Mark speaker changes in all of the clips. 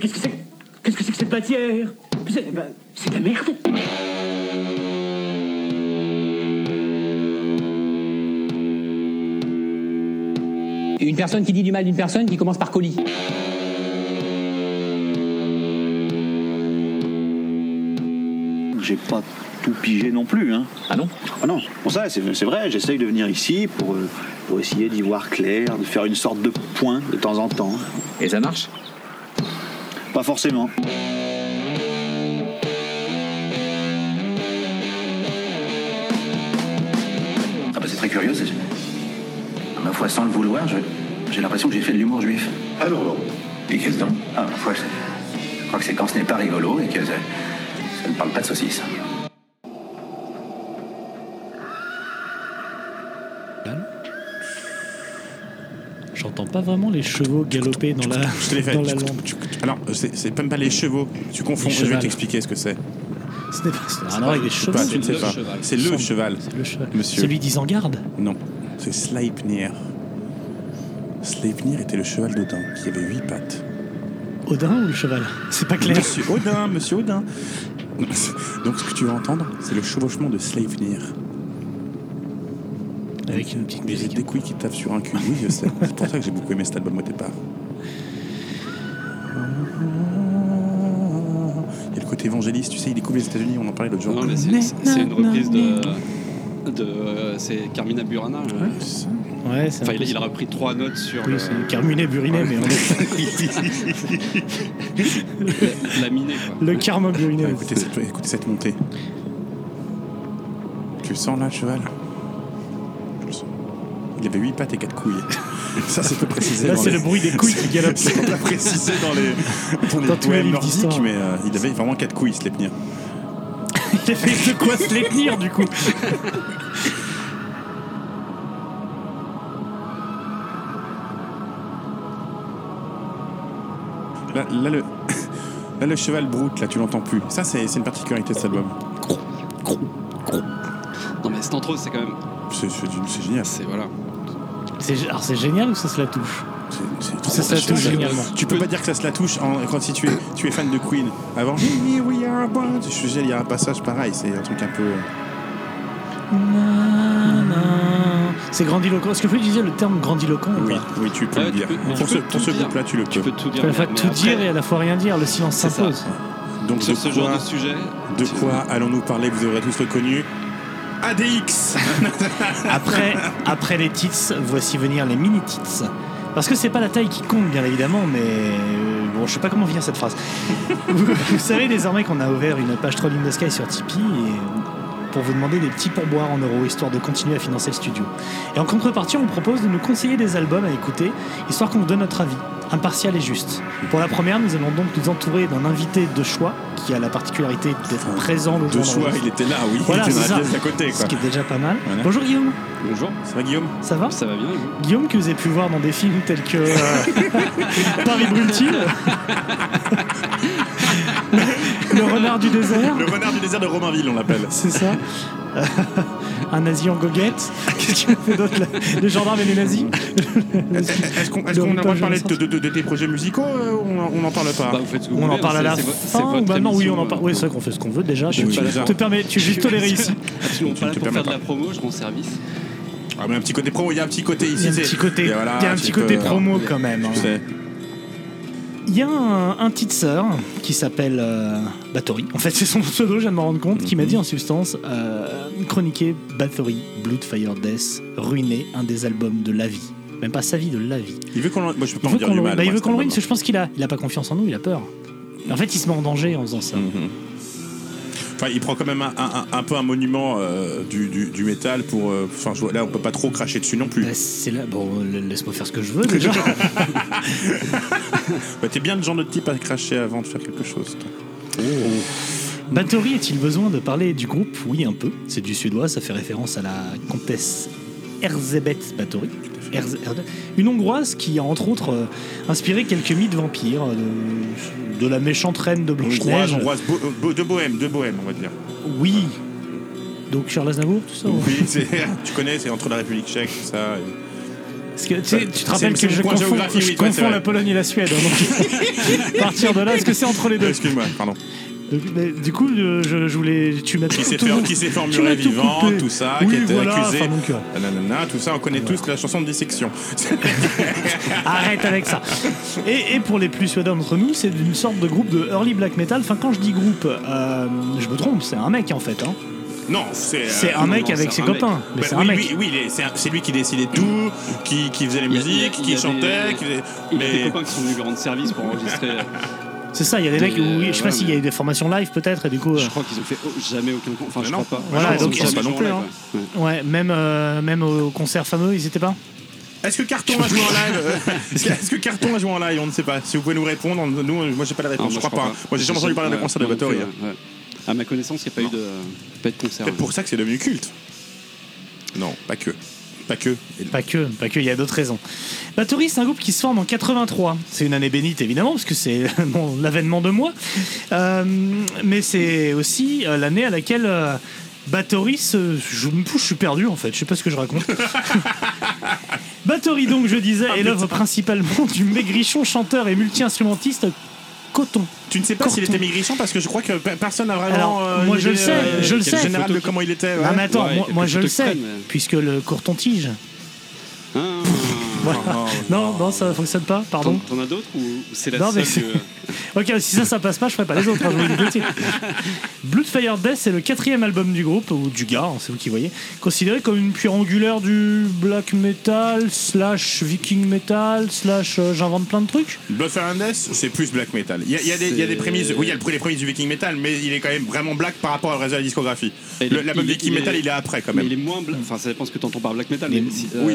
Speaker 1: qu'est-ce que c'est Qu'est-ce que c'est que cette matière C'est bah, c'est de la merde
Speaker 2: Une personne qui dit du mal d'une personne qui commence par colis.
Speaker 3: J'ai pas tout pigé non plus. Hein.
Speaker 4: Ah non
Speaker 3: Ah non, bon ça c'est c'est vrai, j'essaye de venir ici pour, euh, pour essayer d'y voir clair, de faire une sorte de point de temps en temps.
Speaker 4: Et ça marche
Speaker 3: Pas forcément.
Speaker 5: Ah bah c'est très curieux, c'est... Ma foi, sans le vouloir, je- j'ai l'impression que j'ai fait de l'humour juif.
Speaker 6: Ah non, non.
Speaker 5: Et qu'est-ce donc Ah, ma foi, je... je crois que c'est quand ce n'est pas rigolo et que ça, ça ne parle pas de saucisse.
Speaker 7: J'entends pas vraiment les chevaux galoper dans la,
Speaker 8: Je te l'ai fait.
Speaker 7: dans la lampe.
Speaker 8: Alors, c'est c'est même pas les chevaux. Tu confonds.
Speaker 7: Les
Speaker 8: Je vais
Speaker 7: chevals.
Speaker 8: t'expliquer ce que c'est.
Speaker 7: Ce n'est pas, ça
Speaker 9: Ah
Speaker 7: n'a rien à voir avec les
Speaker 8: Je sais
Speaker 7: chevaux.
Speaker 8: pas, tu ne sais pas. C'est le cheval.
Speaker 7: C'est le cheval.
Speaker 8: Monsieur.
Speaker 7: Celui d'Isengard
Speaker 8: Non, c'est Sleipnir. Sleipnir était le cheval d'Odin, qui avait huit pattes.
Speaker 7: Odin ou le cheval C'est pas clair.
Speaker 8: Monsieur Odin, monsieur Odin. Non, c'est- Donc ce que tu vas entendre, c'est le chevauchement de Sleipnir.
Speaker 7: Avec une petite
Speaker 8: Mais j'ai
Speaker 7: musique.
Speaker 8: des couilles qui tapent sur un cul. Oui, je sais. C'est pour ça que j'ai beaucoup aimé cet album au départ. Il y a le côté évangéliste, tu sais, il découvre les États-Unis, on en parlait l'autre jour.
Speaker 9: Non, mais c'est- c'est c'est une reprise de. de euh, c'est Carmina Burana. euh.
Speaker 7: Ouais, c'est
Speaker 9: Enfin, il, a- il a repris trois notes sur euh,
Speaker 7: oui,
Speaker 9: le-
Speaker 7: c'est Carminet Burinet, mais on
Speaker 9: la minée. Quoi.
Speaker 7: le Carmo
Speaker 8: Ah,
Speaker 7: Burinet.
Speaker 8: écoutez, cette, écoutez cette montée. Tu le sens là, le cheval Je le sens. Il avait 8 pattes et 4 couilles. Ça, c'est peu précisé.
Speaker 7: Là,
Speaker 8: dans
Speaker 7: c'est
Speaker 8: les-
Speaker 7: le bruit des couilles qui galopent.
Speaker 8: C'est pas précisé dans les, dans les
Speaker 7: Dans tous les
Speaker 8: poèmes
Speaker 7: livres
Speaker 8: nordiques,
Speaker 7: d'histoire.
Speaker 8: mais euh, il avait vraiment 4 couilles, Sleipnir.
Speaker 7: Il a fait de quoi se les tenir, du coup.
Speaker 8: Là, là, le, là, le cheval broute, là, tu l'entends plus. Ça, c'est c'est une particularité de cet album.
Speaker 9: Non, mais cette intro, c'est quand même.
Speaker 8: C'est c'est- c'est génial.
Speaker 9: C'est voilà.
Speaker 7: C'est, alors, c'est génial ou ça se la touche
Speaker 8: C'est- c'est trop
Speaker 7: Ça se la
Speaker 8: génial.
Speaker 7: touche également.
Speaker 8: Tu peux pas dire que ça se la touche en- quand si tu es, tu es fan de Queen. Avant, Here we are, boy. je suis il y a un passage pareil, c'est un truc un peu.
Speaker 7: C'est grandiloquent. Est-ce que vous disiez le terme grandiloquent ou
Speaker 8: Oui,
Speaker 7: pas
Speaker 8: oui, tu peux
Speaker 9: Ouais,
Speaker 8: le
Speaker 9: tu
Speaker 8: dire.
Speaker 9: peux- tu
Speaker 8: pour ce,
Speaker 9: peux
Speaker 8: pour
Speaker 9: tout
Speaker 8: ce
Speaker 9: dire.
Speaker 8: groupe-là, tu le
Speaker 9: Tu
Speaker 8: peux.
Speaker 9: peux tout
Speaker 7: Tu
Speaker 9: dire.
Speaker 7: peux à la
Speaker 9: mais-
Speaker 7: fois
Speaker 9: mais
Speaker 7: tout
Speaker 9: après,
Speaker 7: dire et à la fois rien dire, le silence
Speaker 9: C'est ça.
Speaker 7: s'impose.
Speaker 8: Donc,
Speaker 9: Sur
Speaker 8: de
Speaker 9: ce
Speaker 8: quoi,
Speaker 9: genre de sujet.
Speaker 8: de quoi allons-nous parler Vous aurez tous reconnu. ADX
Speaker 7: Après, après les tits, voici venir les mini tits. Parce que c'est pas la taille qui compte, bien évidemment, mais euh, bon, je sais pas comment vient cette phrase. vous, vous savez désormais qu'on a ouvert une page Trolling the Sky sur Tipeee et pour vous demander des petits pourboires en euros, histoire de continuer à financer le studio. Et en contrepartie, on vous propose de nous conseiller des albums à écouter, histoire qu'on vous donne notre avis, impartial et juste. Pour la première, nous allons donc nous entourer d'un invité de choix, qui a la particularité d'être présent le jour
Speaker 8: De choix,
Speaker 7: d'enregistrement.
Speaker 8: il était là, oui.
Speaker 7: Voilà,
Speaker 8: il était dans
Speaker 7: c'est
Speaker 8: la
Speaker 7: ça.
Speaker 8: pièce d'à côté,
Speaker 7: Ce
Speaker 8: quoi.
Speaker 7: qui est déjà pas mal.
Speaker 8: Voilà.
Speaker 7: Bonjour Guillaume,
Speaker 9: Bonjour.
Speaker 8: Ça va, Guillaume
Speaker 7: ça va
Speaker 9: Ça va bien. vous
Speaker 7: Guillaume que vous avez pu voir dans des films tels que euh, Paris brûle-t-il Le renard du désert
Speaker 8: Le renard du désert de Romainville, on l'appelle.
Speaker 7: C'est ça Euh, Un nazi en goguette Qu'est-ce qu'il fait d'autre là Les gendarmes et les nazis
Speaker 8: Est-ce qu'on
Speaker 7: Le
Speaker 8: est-ce qu'on a le droit
Speaker 7: routage
Speaker 8: de parler de,
Speaker 7: innocent.
Speaker 8: de- de- de tes projets musicaux euh, ou On en- on n'en parle pas.
Speaker 9: Bah, vous faites ce que vous
Speaker 7: On en
Speaker 9: voulez,
Speaker 7: parle à
Speaker 9: c'est-
Speaker 7: la
Speaker 9: c'est vo- c'est
Speaker 7: fin
Speaker 9: votre
Speaker 7: bah non, oui,
Speaker 9: émission,
Speaker 7: on en
Speaker 9: euh,
Speaker 7: parle. Oui, c'est vrai qu'on fait ce qu'on veut déjà.
Speaker 8: Je
Speaker 7: Tu-
Speaker 8: suis
Speaker 7: tu
Speaker 8: bizarre.
Speaker 7: te permets, tu es juste toléré ici.
Speaker 9: Absolument
Speaker 8: Tu ne te
Speaker 9: pas là pour faire de
Speaker 8: permets
Speaker 9: la promo, je rends service.
Speaker 8: Ah, mais un petit côté promo, il y a un petit côté
Speaker 7: Il y
Speaker 8: ici.
Speaker 7: a un
Speaker 8: c'est-
Speaker 7: petit côté, il y a
Speaker 8: voilà,
Speaker 7: un petit côté
Speaker 8: peu- hein.
Speaker 7: promo quand même. hein.
Speaker 8: Tu sais.
Speaker 7: Il y a un, un titre sœur qui s'appelle euh, Bathory. En fait, c'est son pseudo, je viens de m'en rendre compte, qui
Speaker 8: Mhm.
Speaker 7: m'a dit en substance euh, chroniquer Bathory, Blood, Fire, Death, ruiner un des albums de la vie. Même pas sa vie, de la vie.
Speaker 8: Il veut qu'on l'en- Moi, je peux pas
Speaker 7: Il
Speaker 8: en
Speaker 7: veut
Speaker 8: dire
Speaker 7: qu'on
Speaker 8: du
Speaker 7: le
Speaker 8: mal.
Speaker 7: bah, il
Speaker 8: moi,
Speaker 7: veut qu'on le ruine parce
Speaker 8: cet
Speaker 7: que je pense qu'il a, il a pas confiance en nous, il a peur. En fait, il se met en danger en faisant ça.
Speaker 8: album. Mhm. Enfin, il prend quand même un, un- un- un peu un monument euh, du, du- du métal pour. euh, Enfin, je vois- là, on peut pas trop cracher dessus non plus.
Speaker 7: Bah, c'est là, bon, laisse-moi faire ce que je veux déjà.
Speaker 8: Bah, T'es bien le genre de type à cracher avant de faire quelque chose. toi.
Speaker 7: Mmh. Bathory a-t-il besoin de parler du groupe Oui, un peu. C'est du suédois, ça fait référence à la comtesse Erzébeth Bathory. Erz- Erz- une hongroise qui a entre autres euh, inspiré quelques mythes vampires, euh, de, de la méchante reine de
Speaker 8: Hongroise,
Speaker 7: Blanche-Neige.
Speaker 8: hongroise, bo- euh, bo- de bohème, de bohème, on va dire.
Speaker 7: Oui. Donc Charles Aznavour, tout ça ou-
Speaker 8: Oui, c'est- tu connais, c'est entre la République tchèque, tout ça. et-
Speaker 7: Parce que, tu, sais, tu te
Speaker 8: C'est-
Speaker 7: rappelles
Speaker 8: c'est
Speaker 7: que
Speaker 8: le
Speaker 7: je
Speaker 8: point
Speaker 7: confonds,
Speaker 8: géographie,
Speaker 7: je
Speaker 8: oui, ouais, c'est
Speaker 7: confonds
Speaker 8: vrai.
Speaker 7: la Pologne et la Suède. hein, donc, à partir de là, est-ce que c'est entre les deux
Speaker 8: Euh, Excuse-moi, pardon.
Speaker 7: Donc, mais Du coup, euh, je, je voulais. Tu m'as
Speaker 8: Qui
Speaker 7: tout-
Speaker 8: s'est
Speaker 7: tout-
Speaker 8: fait, qui s'est fait
Speaker 7: tu m'as
Speaker 8: emmurer
Speaker 7: tout
Speaker 8: vivant,
Speaker 7: coupé.
Speaker 8: tout ça,
Speaker 7: Oui,
Speaker 8: qui était
Speaker 7: voilà,
Speaker 8: accusé. Ah,
Speaker 7: enfin, donc, euh,
Speaker 8: Nanana, tout ça, on connaît tous la chanson de dissection.
Speaker 7: Arrête avec ça. Et, et pour les plus suédois d'entre nous, c'est une sorte de groupe de early black metal. Enfin, quand je dis groupe, euh, je me trompe, c'est un mec en fait. hein.
Speaker 8: non, c'est. euh,
Speaker 7: C'est un
Speaker 9: non,
Speaker 7: mec
Speaker 9: non,
Speaker 7: avec
Speaker 9: c'est
Speaker 7: ses
Speaker 9: un mec.
Speaker 7: copains. Mais
Speaker 8: bah,
Speaker 7: c'est
Speaker 8: oui,
Speaker 7: un mec.
Speaker 8: oui, oui, il est- c'est un- c'est lui qui décidait tout, qui, qui faisait les
Speaker 9: Il y a- il y a-
Speaker 8: musiques,
Speaker 9: il y
Speaker 8: qui
Speaker 9: a des-
Speaker 8: chantait,
Speaker 7: euh,
Speaker 8: qui faisait.
Speaker 9: Il y a des
Speaker 8: Mais
Speaker 9: copains qui sont venus lui rendre service pour enregistrer.
Speaker 7: C'est ça, il y a des mecs où,
Speaker 9: Euh,
Speaker 7: je sais pas
Speaker 9: ouais,
Speaker 7: s'il y
Speaker 9: mais-
Speaker 7: a eu des formations live peut-être, et du coup. euh,
Speaker 9: Je crois qu'ils ont fait oh, jamais aucun con- Enfin,
Speaker 8: Mais
Speaker 9: je
Speaker 8: non.
Speaker 9: crois pas.
Speaker 7: Voilà,
Speaker 9: Je crois
Speaker 7: donc
Speaker 9: qu'ils ont
Speaker 7: ils
Speaker 9: jamais
Speaker 7: sont pas
Speaker 9: joué
Speaker 7: non
Speaker 9: en
Speaker 8: hein.
Speaker 7: plus,
Speaker 9: live, ouais.
Speaker 7: Ouais, même, euh, même au concert fameux, ils étaient pas
Speaker 8: est-ce que Carton a joué en live Est-ce que Carton a joué en live On ne sait pas. Si vous pouvez nous répondre, on- nous, moi j'ai pas la
Speaker 9: Non,
Speaker 8: réponse.
Speaker 9: moi,
Speaker 8: je crois pas. Moi j'ai jamais entendu parler d'un concert de
Speaker 9: Ouais,
Speaker 8: Bathory.
Speaker 9: ouais, ouais. À ma connaissance, il n'y a pas eu de, pas eu de concert.
Speaker 8: Peut-être pour ça que c'est devenu culte. Non, pas que. Pas que. Et-
Speaker 7: Pas que, pas que, il y a d'autres raisons. Bathory, c'est un groupe qui se forme en 83. C'est une année bénite, évidemment, parce que c'est bon, l'avènement de moi. Euh, mais c'est aussi euh, l'année à laquelle euh, Bathory se. Je, me- je suis perdu, en fait, je sais pas ce que je raconte. Bathory, donc, je disais,
Speaker 8: Ah,
Speaker 7: est l'œuvre principalement du maigrichon chanteur et multi-instrumentiste Coton.
Speaker 8: Tu ne sais pas
Speaker 7: Corton.
Speaker 8: s'il était migrichon parce que je crois que pe- personne n'a vraiment.
Speaker 7: Alors,
Speaker 8: euh,
Speaker 7: moi,
Speaker 8: une
Speaker 7: je le
Speaker 8: idée,
Speaker 7: sais,
Speaker 8: euh,
Speaker 7: je le
Speaker 8: quelle
Speaker 7: sais.
Speaker 8: générale de comment il était. ouais.
Speaker 7: Ah, mais attends,
Speaker 9: Ouais,
Speaker 7: moi,
Speaker 9: quelques
Speaker 7: moi, je le
Speaker 9: photos
Speaker 7: sais,
Speaker 9: crânes, mais-
Speaker 7: puisque le courton-tige.
Speaker 9: Ah,
Speaker 7: Voilà.
Speaker 8: Oh,
Speaker 7: Non, non, ça fonctionne pas, pardon.
Speaker 9: T'en t'en as d'autres ou c'est la
Speaker 7: Non, mais
Speaker 9: seule que-
Speaker 7: Ok, si ça, ça passe pas, je ferai pas les autres. hein, je vous le dis tout de suite. Bloodfire Death, c'est le quatrième album du groupe, ou du gars, hein, c'est vous qui voyez, considéré comme une pierre angulaire du black metal, slash viking metal, slash euh, j'invente plein de trucs.
Speaker 8: Bluff and Death, c'est plus black metal. Il y a, il y a des, il y a des
Speaker 9: C'est-
Speaker 8: prémices. Oui, il y a le- les prémices du viking metal, mais il est quand même vraiment black par rapport au reste de la discographie.
Speaker 9: Il est-
Speaker 8: Le- L'album
Speaker 9: il est-
Speaker 8: viking
Speaker 9: il est-
Speaker 8: metal, il est après quand
Speaker 9: Mais
Speaker 8: même.
Speaker 9: il est moins black. Enfin, ça dépend ce que t'entends par black metal. Mais, si- euh,
Speaker 8: oui.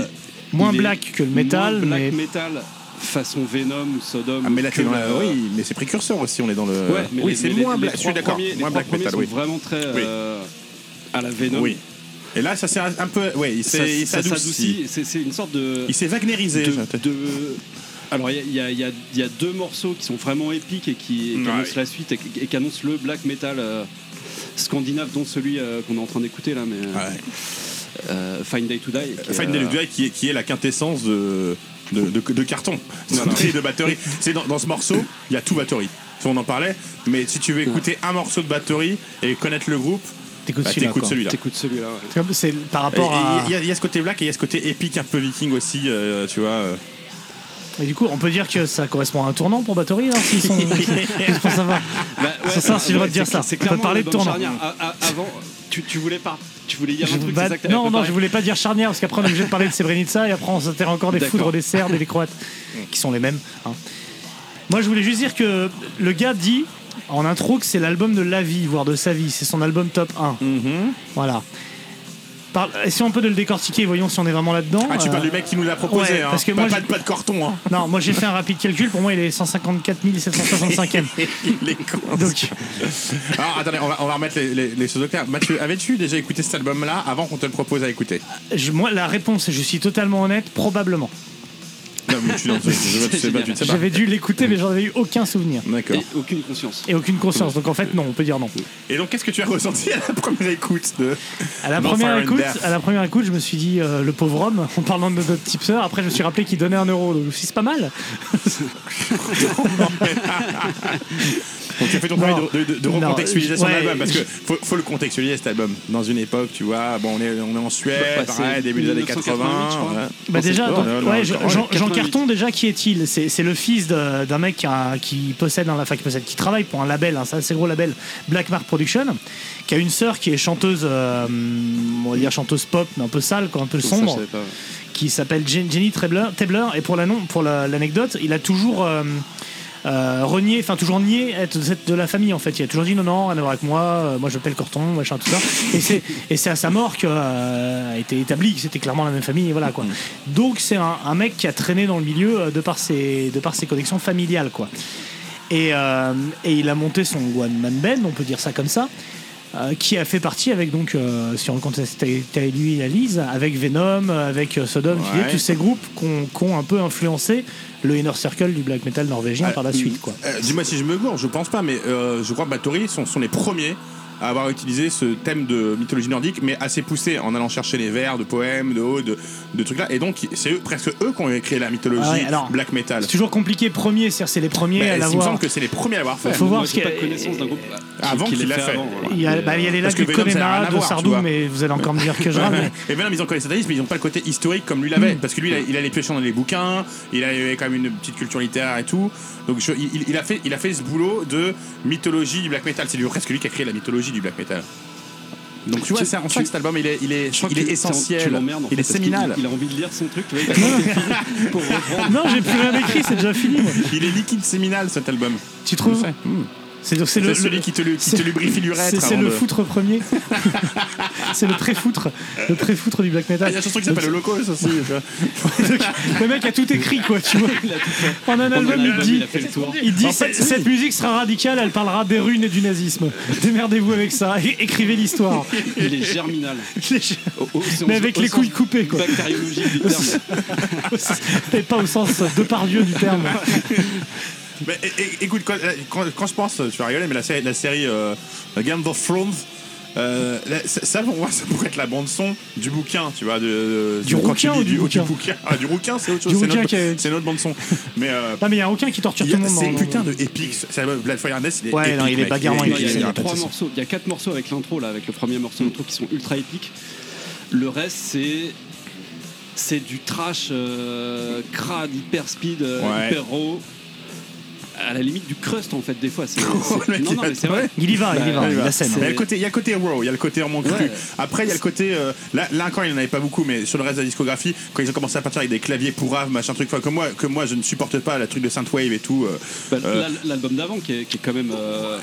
Speaker 7: Moins
Speaker 9: il est
Speaker 7: black que le metal,
Speaker 9: moins black
Speaker 7: mais-
Speaker 9: metal façon Venom ou Sodom.
Speaker 8: Ah, mais là,
Speaker 9: que
Speaker 8: t'es dans la-
Speaker 9: le-
Speaker 8: Oui, mais c'est précurseur aussi, on est dans le.
Speaker 9: Ouais, mais
Speaker 8: oui,
Speaker 9: les-
Speaker 8: c'est
Speaker 9: mais les-
Speaker 8: moins
Speaker 9: les
Speaker 8: black. Je suis
Speaker 9: trois
Speaker 8: d'accord.
Speaker 9: premiers- les
Speaker 8: Moins
Speaker 9: trois
Speaker 8: black metal,
Speaker 9: premiers
Speaker 8: oui.
Speaker 9: sont vraiment très euh, à la Venom.
Speaker 8: Oui. Et là, ça c'est un un peu. Oui, il
Speaker 9: Ça-
Speaker 8: s'est- il
Speaker 9: ça
Speaker 8: s'adoucit.
Speaker 9: s'adoucit. C'est c'est une sorte de.
Speaker 8: Il s'est wagnerisé.
Speaker 9: de- de- Alors, il y a- il y, a- il y a- il y a deux morceaux qui sont vraiment épiques et qui, et qui
Speaker 8: Ouais.
Speaker 9: annoncent la suite et, qui- et qui annoncent le black metal euh, scandinave, dont celui euh, qu'on est en train d'écouter là, mais euh, euh, Fine Day to Die. qui est,
Speaker 8: Find the
Speaker 9: euh,
Speaker 8: Duel qui est, qui est la quintessence de, de, de- de carton,
Speaker 9: Non, non.
Speaker 8: de batterie. C'est dans, dans ce morceau, il y a tout batterie. Si on en parlait, mais si tu veux écouter un morceau de batterie et connaître le groupe,
Speaker 7: T'écoutes
Speaker 8: bah,
Speaker 7: celui-là.
Speaker 8: t'écoutes
Speaker 7: quoi.
Speaker 8: celui-là.
Speaker 9: T'écoutes celui-là. ouais.
Speaker 7: C'est comme- C'est par
Speaker 8: Et- et
Speaker 7: rapport à.
Speaker 8: Il y, a- il y a ce côté black et il y a ce côté épique un peu viking aussi, euh, tu vois. euh.
Speaker 7: Et du coup, on peut dire que ça correspond à un tournant pour Bathory, alors s'ils sont. Juste pour savoir.
Speaker 9: Bah, ouais,
Speaker 7: euh, C'est ça, si je dois te
Speaker 9: c'est
Speaker 7: dire
Speaker 9: cl-
Speaker 7: ça.
Speaker 9: C'est
Speaker 7: On peut
Speaker 9: clairement
Speaker 7: parler
Speaker 9: une
Speaker 7: de
Speaker 9: bonne
Speaker 7: tournant.
Speaker 9: charnière. A- a- Avant, tu, tu voulais pas. Tu voulais dire
Speaker 7: Je
Speaker 9: un
Speaker 7: vous
Speaker 9: truc.
Speaker 7: bat-
Speaker 9: c'est ça que t'avais
Speaker 7: Non, non,
Speaker 9: préparé
Speaker 7: je voulais pas dire charnière parce qu'après on est obligé de parler de Srebrenica et après on s'intéresse encore des
Speaker 9: D'accord.
Speaker 7: foudres des Serbes et des Croates qui sont les mêmes. hein. Moi je voulais juste dire que le gars dit en intro que c'est l'album de la vie, voire de sa vie. C'est son album top 1.
Speaker 9: Mm-hmm.
Speaker 7: Voilà. Par... Essayons un peu de le décortiquer, voyons si on est vraiment là-dedans.
Speaker 8: Ah, tu
Speaker 7: Euh,
Speaker 8: parles du mec qui nous l'a proposé,
Speaker 7: ouais,
Speaker 8: hein.
Speaker 7: parce que
Speaker 8: pas,
Speaker 7: moi,
Speaker 8: pas
Speaker 7: je-
Speaker 8: de, pas de carton. Hein.
Speaker 7: Non, moi j'ai fait un rapide calcul, pour moi il est 154 765e.
Speaker 8: Il est con.
Speaker 7: Donc,
Speaker 8: Alors attendez, on va, on va remettre les, les- les choses au clair. Mathieu, avais-tu déjà écouté cet album-là avant qu'on te le propose à écouter
Speaker 7: je- moi la réponse, je suis totalement honnête, probablement.
Speaker 8: Non, mais tu n'en sais je- je sais pas, tu ne sais pas.
Speaker 7: J'avais dû l'écouter, mais j'en avais eu aucun souvenir.
Speaker 8: D'accord.
Speaker 9: Et aucune conscience.
Speaker 7: Et aucune conscience, donc en fait non, on peut dire non.
Speaker 8: Et donc, qu'est-ce que tu as ressenti à la première écoute de
Speaker 7: À la,
Speaker 8: Bonfire
Speaker 7: première
Speaker 8: and
Speaker 7: écoute,
Speaker 8: Death
Speaker 7: à la première écoute, je me suis dit euh, le pauvre homme en parlant de notre tipseur. Après, je me suis rappelé qu'il donnait un euro. Donc, je me suis dit, c'est pas mal.
Speaker 8: Donc, tu as fait ton
Speaker 7: Non.
Speaker 8: travail de, de- de- de
Speaker 7: Non,
Speaker 8: recontextualisation
Speaker 7: je-
Speaker 8: de l'album
Speaker 7: ouais,
Speaker 8: parce
Speaker 7: je-
Speaker 8: que faut, faut le contextualiser cet album. Dans une époque, tu vois, bon, on est, on est en Suède,
Speaker 9: Bah, c'est
Speaker 8: pareil, début des années
Speaker 9: 1988, je
Speaker 8: 80.
Speaker 9: crois.
Speaker 8: ouais.
Speaker 7: Bah
Speaker 8: Non, c'est-
Speaker 7: déjà,
Speaker 8: oh,
Speaker 7: donc,
Speaker 8: là, là,
Speaker 7: ouais,
Speaker 8: là,
Speaker 7: Jean,
Speaker 8: là,
Speaker 7: Jean-
Speaker 8: là,
Speaker 7: Jean
Speaker 9: 88.
Speaker 7: Carton, déjà, qui est-il C'est c'est le fils de- d'un mec qui, a- qui possède, un, enfin, qui possède, qui travaille pour un label, hein, c'est un assez gros label, Black Mark Production, qui a une sœur qui est chanteuse, euh, on va dire chanteuse pop, mais un peu sale, quoi, un peu
Speaker 9: Ça, je
Speaker 7: sombre.
Speaker 9: savais pas.
Speaker 7: qui s'appelle Jen- Jenny Trebler, Trebler, et pour la non- pour la- l'anecdote, il a toujours euh, euh, renié, enfin toujours nié être être de la famille en fait. Il a toujours dit non non, rien à voir avec moi, euh, moi je m'appelle Corton, machin tout ça. Et c'est et c'est à sa mort que euh, a été établi que c'était clairement la même famille et voilà quoi. Donc c'est un, un mec qui a traîné dans le milieu euh, de par ses de par ses connexions familiales quoi. Et, euh, et il a monté son one man band, on peut dire ça comme ça, euh, qui a fait partie avec donc, euh, si on le compte, c'était c'était lui et Alice, avec Venom, avec euh, Sodom, qui
Speaker 8: Ouais.
Speaker 7: est tous ces groupes qui ont un peu influencé le inner circle du black metal norvégien
Speaker 8: Ah,
Speaker 7: par la suite. Quoi.
Speaker 8: Euh, Dis-moi si je me gourre, je pense pas, mais euh, je crois que Bathory sont, sont les premiers à avoir utilisé ce thème de mythologie nordique, mais assez poussé en allant chercher les vers de poèmes, de hauts, de, de trucs là. Et donc, c'est eux- presque eux qui ont créé la mythologie
Speaker 7: Ah ouais, alors,
Speaker 8: black metal.
Speaker 7: C'est toujours compliqué, premier, c'est-à-dire c'est les premiers
Speaker 8: Bah,
Speaker 7: à
Speaker 8: il me
Speaker 7: l'avoir.
Speaker 8: semble que c'est les premiers à l'avoir fait.
Speaker 7: Faut voir
Speaker 9: Moi,
Speaker 7: ce
Speaker 9: j'ai
Speaker 7: qu'il y
Speaker 9: pas
Speaker 7: a-
Speaker 9: connaissance d'un groupe euh,
Speaker 8: Avant
Speaker 9: qui- qui
Speaker 8: qu'il
Speaker 9: l'ait
Speaker 8: l'a fait.
Speaker 9: voilà.
Speaker 7: Il y a,
Speaker 9: Et,
Speaker 7: bah, il y a les
Speaker 8: Parce
Speaker 7: lacs de
Speaker 8: que Venom, ça n'a rien
Speaker 7: Connemara,
Speaker 8: à
Speaker 7: de
Speaker 8: voir, tu
Speaker 7: Sardou,
Speaker 8: vois.
Speaker 7: mais vous allez encore me dire que je rame. mais- Hmm.
Speaker 8: Et Venom, ils ont connu le satanisme, mais ils n'ont pas le côté historique comme lui l'avait. Parce que lui, il a- il allait piocher dans les bouquins, il avait quand même une petite culture littéraire et tout. Donc je- il, il a fait, il a fait ce boulot de mythologie du black metal. C'est lui- presque lui qui a créé la mythologie du black metal. Donc tu vois,
Speaker 9: Tu-
Speaker 8: c'est en
Speaker 9: tu-
Speaker 8: ça que cet album, il est, il est,
Speaker 9: Je crois
Speaker 8: il
Speaker 9: que
Speaker 8: est
Speaker 9: tu- tu
Speaker 8: essentiel.
Speaker 9: l'emmerdes, en
Speaker 8: il
Speaker 9: fait,
Speaker 8: est
Speaker 9: parce qu'il-
Speaker 8: séminal.
Speaker 9: Il a envie de lire son truc, tu vois, il a fait fini pour reprendre.
Speaker 7: Non, j'ai plus rien écrit, c'est déjà fini. moi.
Speaker 8: Il est liquide séminal cet album.
Speaker 7: Tu trouves
Speaker 8: Mmh.
Speaker 7: C'est donc c'est
Speaker 8: C'est
Speaker 7: le,
Speaker 8: celui
Speaker 7: le-
Speaker 8: qui te, lu- qui
Speaker 7: c'est-
Speaker 8: te lubrifie l'urètre.
Speaker 7: C'est c'est
Speaker 8: avant
Speaker 7: le
Speaker 8: de-
Speaker 7: foutre premier. c'est le pré-foutre, le pré-foutre du black
Speaker 8: Ah,
Speaker 7: metal.
Speaker 8: Il y a ce truc qui s'appelle le loco, aussi. tu vois.
Speaker 7: Donc, le mec a tout écrit, quoi, tu vois. En
Speaker 9: Oh,
Speaker 7: un album, il
Speaker 9: album,
Speaker 7: dit,
Speaker 9: il a fait le tour.
Speaker 7: il dit,
Speaker 8: En fait,
Speaker 7: cette- cette musique sera radicale, elle parlera des runes et du nazisme. Démerdez-vous avec ça, et écrivez l'histoire.
Speaker 9: Il est germinal. Au- au- c'est-
Speaker 7: Mais
Speaker 9: au-
Speaker 7: avec
Speaker 9: au
Speaker 7: les
Speaker 9: sens
Speaker 7: couilles coupées, quoi.
Speaker 9: Bactériologique du terme.
Speaker 7: Et pas au sens de pardieu du terme.
Speaker 8: Mais, é- é- écoute, quand, quand- quand je pense, tu vas rigoler, mais la série, la série euh, Game of Thrones, euh, la- ça, ça, pour moi, ça pourrait être la bande-son du bouquin, tu vois. De, de-
Speaker 7: Du
Speaker 8: quand tu
Speaker 7: rouquin
Speaker 8: lis
Speaker 7: ou du bouquin
Speaker 8: Ah, du rouquin, c'est autre
Speaker 7: Du
Speaker 8: chose. C'est
Speaker 7: rouquin
Speaker 8: notre,
Speaker 7: qui est-
Speaker 8: c'est notre bande-son. Mais. euh,
Speaker 7: Non, mais il y a aucun qui torture
Speaker 8: il y
Speaker 7: tout
Speaker 8: a-
Speaker 7: le monde. hein.
Speaker 8: c'est
Speaker 7: dans-
Speaker 8: putain de épique. ce- ça, Black Fire Ness, il est
Speaker 7: Ouais,
Speaker 8: épique,
Speaker 7: non, il est
Speaker 8: mec.
Speaker 7: bagarrement
Speaker 8: il
Speaker 9: Il
Speaker 8: est-
Speaker 9: y a-
Speaker 7: épique,
Speaker 8: il
Speaker 9: il
Speaker 8: est
Speaker 9: y a
Speaker 7: raté,
Speaker 9: trois
Speaker 8: impressionnant.
Speaker 9: morceaux. Il y a quatre morceaux avec l'intro, là, avec le premier morceau d'intro qui sont ultra épiques. Le reste, c'est. C'est du trash euh, crade, hyper speed, euh,
Speaker 8: Ouais.
Speaker 9: hyper raw. À la limite du crust, en fait, des fois. c'est-
Speaker 8: Oh, le
Speaker 9: c'est-
Speaker 8: mec,
Speaker 9: Non, non,
Speaker 8: il a-
Speaker 9: mais c'est vrai.
Speaker 7: Il y va, il y
Speaker 9: Bah,
Speaker 7: va,
Speaker 8: il
Speaker 7: il
Speaker 8: va.
Speaker 7: la scène. hein.
Speaker 8: Il y a le côté, il y a le côté raw, il y a le côté roman cru.
Speaker 9: Ouais.
Speaker 8: Après, il y a le côté euh, là, là encore, il n'y en avait pas beaucoup, mais sur le reste de la discographie, quand ils ont commencé à partir avec des claviers pourraves, machin truc, enfin, que moi, que moi, je ne supporte pas la truc de synthwave et tout. euh,
Speaker 9: Bah,
Speaker 8: euh,
Speaker 9: l'al- L'album d'avant qui est, qui est quand même euh,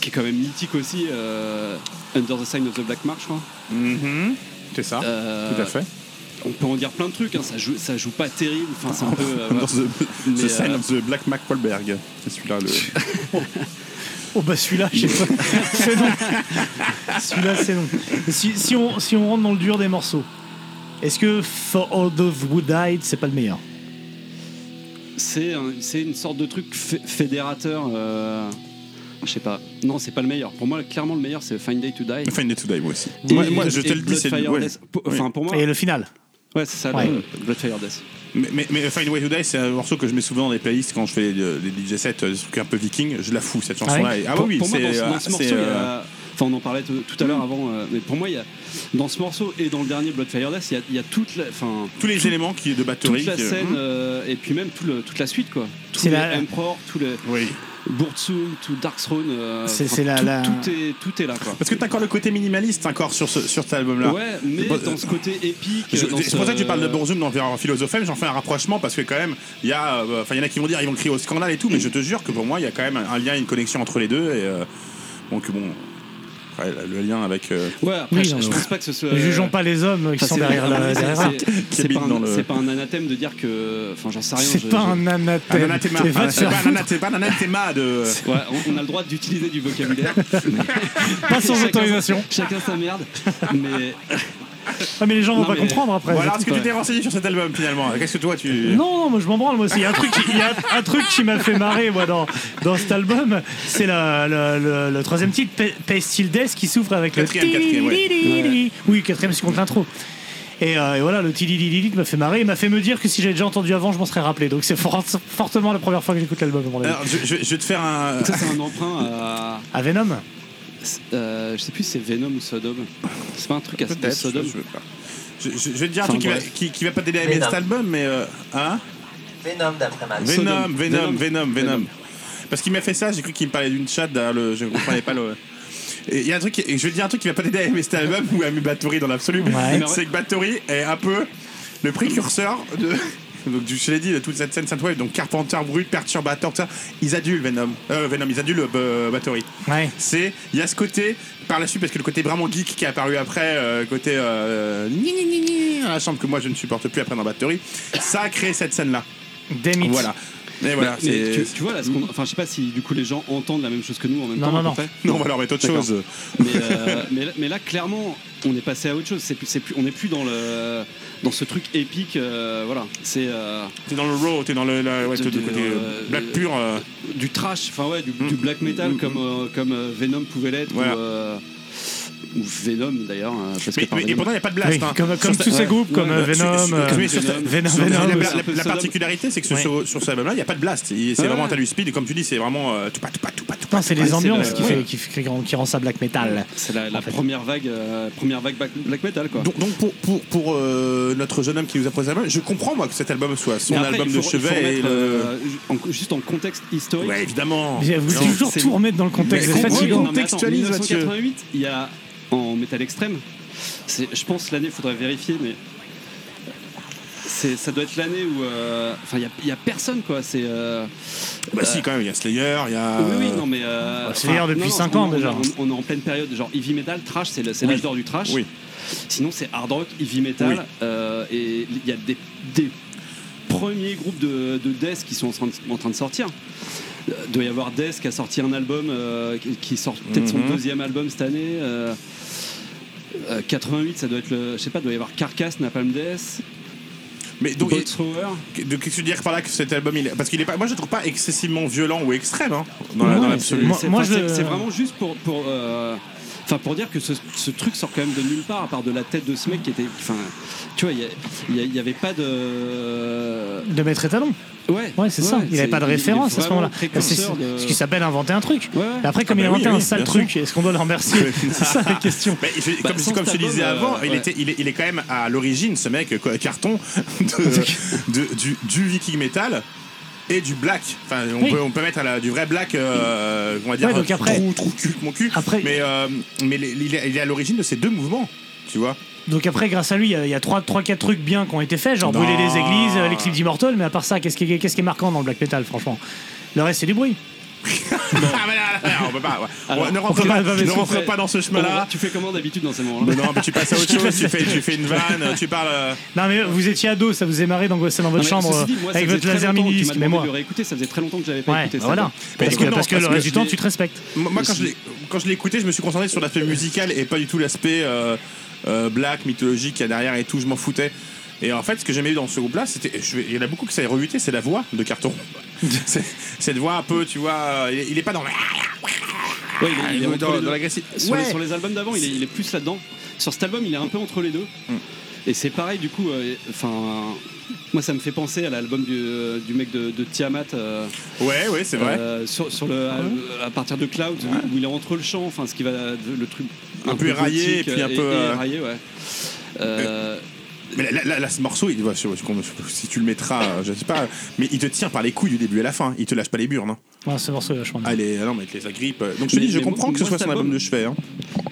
Speaker 9: qui est quand même mythique aussi euh, Under the Sign of the Black March je crois.
Speaker 8: mhm, c'est ça.
Speaker 9: Euh,
Speaker 8: tout à fait.
Speaker 9: On peut en dire plein de trucs hein, ça joue ça joue pas terrible enfin c'est un peu euh,
Speaker 8: Under
Speaker 9: voilà.
Speaker 8: the,
Speaker 9: Mais,
Speaker 8: the sign
Speaker 9: euh,
Speaker 8: of the Black Mac Wahlberg. C'est celui-là. Le...
Speaker 7: Oh bah celui-là, je sais pas. C'est non. Celui-là, c'est non. Si, si on, si on rentre dans le dur des morceaux, est-ce que For All Those Who Died, c'est pas le meilleur
Speaker 9: c'est un- c'est une sorte de truc fé- fédérateur euh, je sais pas non c'est pas le meilleur pour moi clairement le meilleur c'est Fine Day to Die
Speaker 8: Find it to die, moi aussi.
Speaker 9: Et-
Speaker 8: moi, moi, je
Speaker 9: et
Speaker 8: te le dis, c'est
Speaker 9: Bloodfire
Speaker 8: ouais.
Speaker 9: Death. Pour- enfin pour moi
Speaker 7: Et le final
Speaker 9: ouais c'est ça
Speaker 7: Ouais.
Speaker 9: le- Bloodfire Death
Speaker 8: Mais, mais, mais Find Way to Die, c'est un morceau que je mets souvent dans les playlists quand je fais les, les DJ sets, euh, des trucs un peu viking. Je la fous cette chanson-là.
Speaker 7: ouais
Speaker 8: Et- Ah,
Speaker 9: pour,
Speaker 8: oui,
Speaker 9: pour moi,
Speaker 8: c'est,
Speaker 9: dans ce, dans
Speaker 8: euh,
Speaker 9: ce morceau,
Speaker 8: c'est,
Speaker 9: il y
Speaker 8: euh, Mm.
Speaker 9: a- Enfin, on en parlait tout tout à l'heure avant, euh, mais pour moi, il y a, dans ce morceau et dans le dernier Bloodfire Death, il y a, il y a toute la, enfin,
Speaker 8: tous les éléments qui de
Speaker 9: toute
Speaker 8: batterie.
Speaker 9: la
Speaker 8: que-
Speaker 9: scène euh, et puis même tout le- toute la suite, quoi. Tout
Speaker 7: C'est
Speaker 9: le
Speaker 7: la-
Speaker 9: Emperor, tout le
Speaker 8: Oui.
Speaker 9: Burzum, tout Dark Throne. euh,
Speaker 7: C'est-
Speaker 9: enfin,
Speaker 7: c'est la-
Speaker 9: tout,
Speaker 7: la-
Speaker 9: tout est, tout est là, quoi.
Speaker 8: Parce que t'as encore le côté minimaliste encore sur, ce, sur cet album-là.
Speaker 9: Ouais, mais
Speaker 8: Bon,
Speaker 9: dans ce côté épique.
Speaker 8: Je-
Speaker 9: dans
Speaker 8: C'est pour
Speaker 9: ce-
Speaker 8: ça que tu parles de Bourzoum dans Vers Philosophème, j'en fais un rapprochement parce que quand même, il y a, euh, enfin, il y en a qui vont dire, ils vont crier au scandale et tout, mais je te jure que pour moi, il y a quand même un lien, une connexion entre les deux et euh, donc bon, ouais, le lien avec. euh,
Speaker 9: Ouais, après,
Speaker 7: Oui,
Speaker 9: je,
Speaker 7: non,
Speaker 9: je
Speaker 7: non.
Speaker 9: pense pas que ce soit.
Speaker 7: Ne Jugeons pas les hommes qui
Speaker 9: Enfin,
Speaker 7: sont
Speaker 9: Euh, c'est-
Speaker 7: derrière la.
Speaker 9: c'est-
Speaker 7: derrière la-
Speaker 9: c'est- C'est
Speaker 8: habitent
Speaker 9: pas,
Speaker 8: dans
Speaker 9: un-
Speaker 8: le-
Speaker 9: c'est pas un anathème de dire que. Enfin, j'en sais
Speaker 8: Ah
Speaker 9: rien. je-
Speaker 7: C'est pas
Speaker 9: je-
Speaker 7: un
Speaker 8: un Ah,
Speaker 7: anathème.
Speaker 8: anathéma.
Speaker 7: Et va
Speaker 8: Un-
Speaker 7: te
Speaker 8: C'est
Speaker 7: faire
Speaker 8: pas un
Speaker 7: foutre.
Speaker 8: anathéma, c'est pas un anathéma de.
Speaker 9: Ouais, on, on a le droit d'utiliser du vocabulaire.
Speaker 7: Pas sans
Speaker 9: Chacun-
Speaker 7: autorisation.
Speaker 9: Chacun sa merde. Mais
Speaker 7: Ah, mais les gens vont
Speaker 9: Non,
Speaker 7: pas
Speaker 9: mais-
Speaker 7: comprendre après.
Speaker 8: Voilà ce que tu
Speaker 9: Ouais.
Speaker 8: t'es renseigné sur cet album finalement. Qu'est-ce que toi tu.
Speaker 7: Non, non, moi je m'en branle, moi aussi. Il y a un truc qui, il y a un truc qui m'a fait marrer moi, dans, dans cet album, c'est la- la- la- le troisième titre, Pe- Pestil Death, qui s'ouvre avec le.
Speaker 8: Quatrième, quatrième, ouais.
Speaker 7: tididididi. Oui, quatrième, c'est contre l'intro. Et, euh, et voilà, le tididididi qui m'a fait marrer, il m'a fait me dire que si j'avais déjà entendu avant, je m'en serais rappelé. Donc c'est fort- fortement la première fois que j'écoute l'album. à mon avis.
Speaker 8: Alors, je, je- je vais te faire un.
Speaker 9: ça, c'est un emprunt à.
Speaker 7: À Venom
Speaker 9: euh, je sais plus si c'est Venom ou Sodom. C'est pas un truc à de
Speaker 8: Peut-être. Je,
Speaker 9: Sodom.
Speaker 8: je veux pas. Je- je- je vais te dire un
Speaker 9: Enfin,
Speaker 8: truc qui va,
Speaker 9: bref.
Speaker 8: qui, qui va pas t'aider à aimer
Speaker 4: Venom.
Speaker 8: cet album, mais. euh, hein
Speaker 4: Venom d'après Max.
Speaker 8: Venom, Venom,
Speaker 9: Venom, Venom.
Speaker 8: Venom, Venom.
Speaker 9: Venom.
Speaker 8: Parce qu'il m'a fait ça, j'ai cru qu'il me parlait d'une chatte, d'ailleurs, le- je ne comprenais pas le. Et il y a un truc, et je vais te dire un truc qui va pas t'aider à aimer cet album ou à aimer Bathory dans l'absolu.
Speaker 7: Ouais.
Speaker 8: C'est que Bathory est un peu le précurseur de. Donc, du- je l'ai dit, de toute cette scène Synthwave, donc Carpenter, Brut, Perturbator, tout ça, ils adulent Venom. Euh, Venom, ils adulent euh, Bathory
Speaker 7: Ouais.
Speaker 8: c'est il y a ce côté par la suite parce que le côté vraiment geek qui est apparu après euh, côté euh, ni, ni, ni, ni, dans la chambre que moi je ne supporte plus après dans batterie ça a créé cette scène là
Speaker 7: Damn it.
Speaker 8: voilà Et voilà,
Speaker 9: Mais
Speaker 8: c'est-
Speaker 9: tu, tu vois là, ce qu'on- enfin, je sais pas si du coup les gens entendent la même chose que nous en même
Speaker 7: Non,
Speaker 9: temps.
Speaker 7: non,
Speaker 9: à peu
Speaker 7: non.
Speaker 9: près.
Speaker 8: Non, bah. on va leur mettre autre
Speaker 9: D'accord.
Speaker 8: chose.
Speaker 9: Mais, euh, mais, là- mais là, clairement, on est passé à autre chose. C'est plus, c'est plus- on n'est plus dans le, dans ce truc épique. euh, voilà, c'est euh,
Speaker 8: T'es dans le raw, t'es dans le, la- ouais,
Speaker 9: De-
Speaker 8: t'es du
Speaker 9: de-
Speaker 8: côté
Speaker 9: euh,
Speaker 8: black
Speaker 9: de-
Speaker 8: pur. euh,
Speaker 9: du trash, enfin ouais, du, du black metal
Speaker 8: Mm.
Speaker 9: comme euh, comme euh, Venom pouvait l'être
Speaker 8: Voilà.
Speaker 9: ou, euh, ou Venom d'ailleurs. euh, Parce
Speaker 8: Mais,
Speaker 9: que par
Speaker 8: mais- et
Speaker 9: Venom-
Speaker 8: pourtant, il n'y a pas de blast.
Speaker 7: Oui,
Speaker 8: hein.
Speaker 7: comme, comme
Speaker 8: Sur-
Speaker 7: tous ces
Speaker 9: ouais.
Speaker 7: groupes, comme
Speaker 9: Ouais,
Speaker 7: euh,
Speaker 8: sur-
Speaker 7: Venom,
Speaker 8: sur-
Speaker 7: euh,
Speaker 8: oui, sur-
Speaker 7: Venom,
Speaker 8: sur-
Speaker 7: Venom,
Speaker 8: la-
Speaker 7: euh,
Speaker 8: la-
Speaker 9: un peu
Speaker 8: La
Speaker 9: Sodom.
Speaker 8: particularité, c'est que
Speaker 7: Ouais.
Speaker 8: sur, sur cet album-là, il n'y a pas de blast. Il- C'est
Speaker 9: Ouais.
Speaker 8: vraiment un talus speed. Et comme tu dis, c'est vraiment euh, tout pas, tout pas, tout pas, tout pas.
Speaker 7: Non, c'est
Speaker 9: Ouais,
Speaker 7: les
Speaker 9: c'est
Speaker 7: ambiances
Speaker 9: le-
Speaker 7: qui,
Speaker 9: ouais.
Speaker 7: fait, qui, fait- qui rend- qui rend ça black metal.
Speaker 9: c'est la, la
Speaker 7: en fait.
Speaker 9: première vague, euh, première vague black, black metal quoi.
Speaker 8: Donc, donc pour, pour, pour euh, notre jeune homme qui nous a proposé l'album, je comprends moi que cet album soit son
Speaker 9: Mais après,
Speaker 8: album
Speaker 9: il faut-
Speaker 8: de chevet.
Speaker 9: il faut
Speaker 8: et
Speaker 9: remettre,
Speaker 8: le-
Speaker 9: euh, ju- en- juste en contexte historique.
Speaker 8: Ouais, évidemment.
Speaker 7: Mais Vous voulez
Speaker 8: Non.
Speaker 7: toujours
Speaker 9: c'est-
Speaker 7: tout remettre dans le contexte.
Speaker 8: Mais
Speaker 7: C'est
Speaker 8: comprends-
Speaker 7: fatigant.
Speaker 8: oui, contextualise,
Speaker 9: mais attends,
Speaker 8: Mathieu.
Speaker 9: 1988, il y a en métal extrême. C'est, je pense l'année, faudrait vérifier, mais c'est, ça doit être l'année où, euh, enfin, il y a- il y, a personne quoi. C'est euh,
Speaker 8: Bah, si, quand même, il y a Slayer, il y a.
Speaker 9: oui, oui, non mais. euh,
Speaker 7: bah, c'est d'ailleurs
Speaker 9: enfin,
Speaker 7: depuis
Speaker 9: non, non,
Speaker 7: cinq
Speaker 9: on-
Speaker 7: ans,
Speaker 9: on-
Speaker 7: déjà.
Speaker 9: On, on est en pleine période, genre heavy metal, trash, c'est, le- c'est
Speaker 8: Oui.
Speaker 9: l'âge d'or du trash.
Speaker 8: Oui.
Speaker 9: Sinon, c'est hard rock, heavy metal,
Speaker 8: Oui.
Speaker 9: euh, et il y a des, des premiers groupes de, de death qui sont en train de, en train de sortir. Euh, doit y avoir Death qui a sorti un album euh, qui- qui sort peut-être
Speaker 8: Mhm.
Speaker 9: son deuxième album cette année. euh, euh, 88, ça doit être le. Je sais pas, doit y avoir Carcass, Napalm Death,
Speaker 8: Mais donc,
Speaker 9: Bolt Thrower.
Speaker 8: et- de qu'est-ce que tu veux dire par là que cet album, il... parce qu'il est pas, moi je le trouve pas excessivement violent ou extrême, hein, dans la-
Speaker 7: Non,
Speaker 8: dans
Speaker 7: mais
Speaker 8: l'absolu.
Speaker 7: Moi-
Speaker 9: C'est
Speaker 7: moi,
Speaker 9: enfin,
Speaker 7: je-
Speaker 9: c'est- c'est vraiment juste pour. pour euh, Enfin, pour dire que ce, ce truc sort quand même de nulle part, à part de la tête de ce mec qui était. Enfin, tu vois, il y a- il y a- il y avait pas de.
Speaker 7: De mettre étalon.
Speaker 9: Ouais,
Speaker 7: Ouais, c'est ça. Il
Speaker 9: c'est-
Speaker 7: n'avait pas de
Speaker 9: il est
Speaker 7: référence à ce
Speaker 9: vraiment
Speaker 7: moment-là.
Speaker 9: précurseur
Speaker 7: C'est c'est-
Speaker 9: de-
Speaker 7: ce qui s'appelle inventer un truc.
Speaker 9: Ouais, ouais.
Speaker 7: Mais Après, comme
Speaker 8: Ah
Speaker 7: il a
Speaker 8: bah oui,
Speaker 7: inventé un
Speaker 8: oui,
Speaker 7: sale
Speaker 8: bien
Speaker 7: truc, est-ce qu'on doit le remercier C'est ça la question.
Speaker 8: Mais je-
Speaker 9: Bah,
Speaker 8: comme,
Speaker 9: sans
Speaker 8: comme je
Speaker 9: cet
Speaker 8: te disais
Speaker 9: album,
Speaker 8: avant,
Speaker 9: euh,
Speaker 8: il,
Speaker 9: ouais.
Speaker 8: était, il, est, il est quand même à l'origine, ce mec, quoi, carton de, de- du, du viking metal et du black. Enfin, on,
Speaker 7: Oui.
Speaker 8: peut, on peut mettre à la- du vrai black, euh, on va dire,
Speaker 7: Ouais, donc après-
Speaker 8: trou, trou, cul, mon cul.
Speaker 7: Après-
Speaker 8: mais euh, mais les- il, est, il est à l'origine de ces deux mouvements, tu vois.
Speaker 7: Donc après, grâce à lui, il y a- il y a trois, trois, quatre trucs bien qui ont été faits, genre
Speaker 8: Non.
Speaker 7: brûler les églises, euh, les clips d'immortels. Mais à part ça, qu'est-ce qui, est- qu'est-ce qui est marquant dans le black metal, franchement Le reste, c'est du bruit.
Speaker 8: Ah, mais là, là, là, on peut pas. ouais.
Speaker 9: Alors,
Speaker 8: On- ne
Speaker 7: on
Speaker 8: rentre,
Speaker 7: fait
Speaker 8: pas,
Speaker 7: pas-
Speaker 8: ne
Speaker 7: parce qu'on
Speaker 8: rentre
Speaker 9: fait-
Speaker 8: pas dans ce
Speaker 9: Bon,
Speaker 8: chemin-là.
Speaker 9: Tu fais comment d'habitude dans ces moments-là
Speaker 8: Mais non, mais tu passes à autre
Speaker 7: Je
Speaker 8: chose,
Speaker 7: passe-
Speaker 8: tu fais, tu fais une vanne, tu parles. euh,
Speaker 7: Non, mais vous étiez ado, ça vous est marré d'angoisser dans votre
Speaker 9: Non, mais
Speaker 7: chambre
Speaker 9: ceci dit,
Speaker 7: euh,
Speaker 9: moi, ça
Speaker 7: avec
Speaker 9: faisait
Speaker 7: votre
Speaker 9: très
Speaker 7: laser
Speaker 9: longtemps que tu
Speaker 7: mini
Speaker 9: m'as
Speaker 7: disque. Mais
Speaker 9: demandé
Speaker 7: moi,
Speaker 9: de le réécouter, ça faisait très longtemps que j'avais pas
Speaker 7: ouais,
Speaker 9: écouté
Speaker 7: bah
Speaker 9: ça.
Speaker 7: voilà.
Speaker 8: Mais
Speaker 7: Parce
Speaker 8: non,
Speaker 7: que, parce que
Speaker 8: parce
Speaker 7: le
Speaker 8: que
Speaker 7: reste du temps,
Speaker 9: j'ai-
Speaker 7: tu te respectes.
Speaker 8: Moi, moi, quand je l'ai- quand je l'ai écouté, je me suis concentré sur l'aspect musical et pas du tout l'aspect euh, euh, black, mythologique qu'il y a derrière et tout, je m'en foutais. Et en fait, ce que j'aimais dans ce groupe-là, c'était. je vais- Il y en a beaucoup qui s'est rebuté, c'est la voix de Carton. C'est- Cette voix un peu, tu vois, euh, il est, il est pas dans,
Speaker 9: Ouais, il est- il est entre
Speaker 8: Ah, dans,
Speaker 9: les deux.
Speaker 8: dans l'agressif.
Speaker 9: Sur,
Speaker 8: Ouais.
Speaker 9: les, sur les albums d'avant, il est, il est plus là-dedans. Sur cet album, il est un peu entre les deux.
Speaker 8: Mm.
Speaker 9: Et c'est pareil, du coup, euh, enfin. moi, ça me fait penser à l'album du, euh, du mec de, de Tiamat euh,
Speaker 8: Ouais, ouais, c'est vrai.
Speaker 9: euh, sur, sur le à, à partir de Cloud où il est entre le champ, enfin ce qui va le truc
Speaker 8: Un peu éraillé,
Speaker 9: gothique,
Speaker 8: et puis un
Speaker 9: euh,
Speaker 8: peu, euh,
Speaker 9: éraillé, ouais. Euh,
Speaker 8: Mais là, là, là, là, ce morceau, il, ouais, je- je- si tu le mettras, euh, je sais pas, mais il te tient par les couilles du début à la fin. Il te lâche pas les burnes. hein.
Speaker 7: Ouais, ce morceau, est vachement bien.
Speaker 8: Ah, les, ah non, mais il te les agrippe. Donc je te
Speaker 9: Mais-
Speaker 8: dis, je
Speaker 9: mais
Speaker 8: comprends
Speaker 9: moi-
Speaker 8: que ce
Speaker 9: moi,
Speaker 8: soit
Speaker 9: cet
Speaker 8: son album
Speaker 9: album-
Speaker 8: de chevet. hein.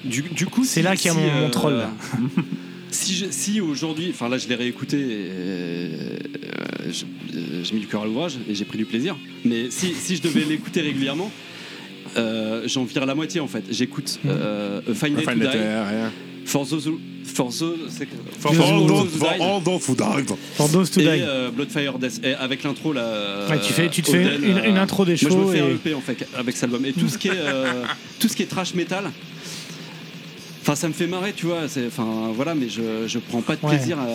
Speaker 9: Du, du coup, euh,
Speaker 7: C'est là qu'il y a mon- mon troll, là.
Speaker 9: si je- si aujourd'hui, enfin là, je l'ai réécouté, et, euh, je- euh, j'ai mis du cœur à l'ouvrage et j'ai pris du plaisir. Mais si, si je devais l'écouter régulièrement, euh, j'en vire la moitié en fait. J'écoute
Speaker 7: Hmm.
Speaker 9: euh, A Fine Day
Speaker 8: Enfin,
Speaker 9: to
Speaker 8: il
Speaker 9: Die,
Speaker 8: était- ouais.
Speaker 9: For Those Who- For Those- c'est- For
Speaker 8: For all
Speaker 9: Those
Speaker 8: those-
Speaker 9: Who
Speaker 8: for
Speaker 9: Die
Speaker 8: all those who died.
Speaker 7: Pour Those to
Speaker 9: et
Speaker 7: Die.
Speaker 9: euh, Bloodfire Death et avec l'intro là euh,
Speaker 7: Ouais, tu fais- tu te fais
Speaker 9: Oden,
Speaker 7: une- une intro des
Speaker 9: moi, je me
Speaker 7: shows
Speaker 9: fais
Speaker 7: et-
Speaker 9: un EP en fait avec cet album et tout ce qui est euh, tout ce qui est trash metal enfin ça me fait marrer tu vois c'est enfin voilà mais je, je prends pas de
Speaker 7: Ouais.
Speaker 9: plaisir à, à-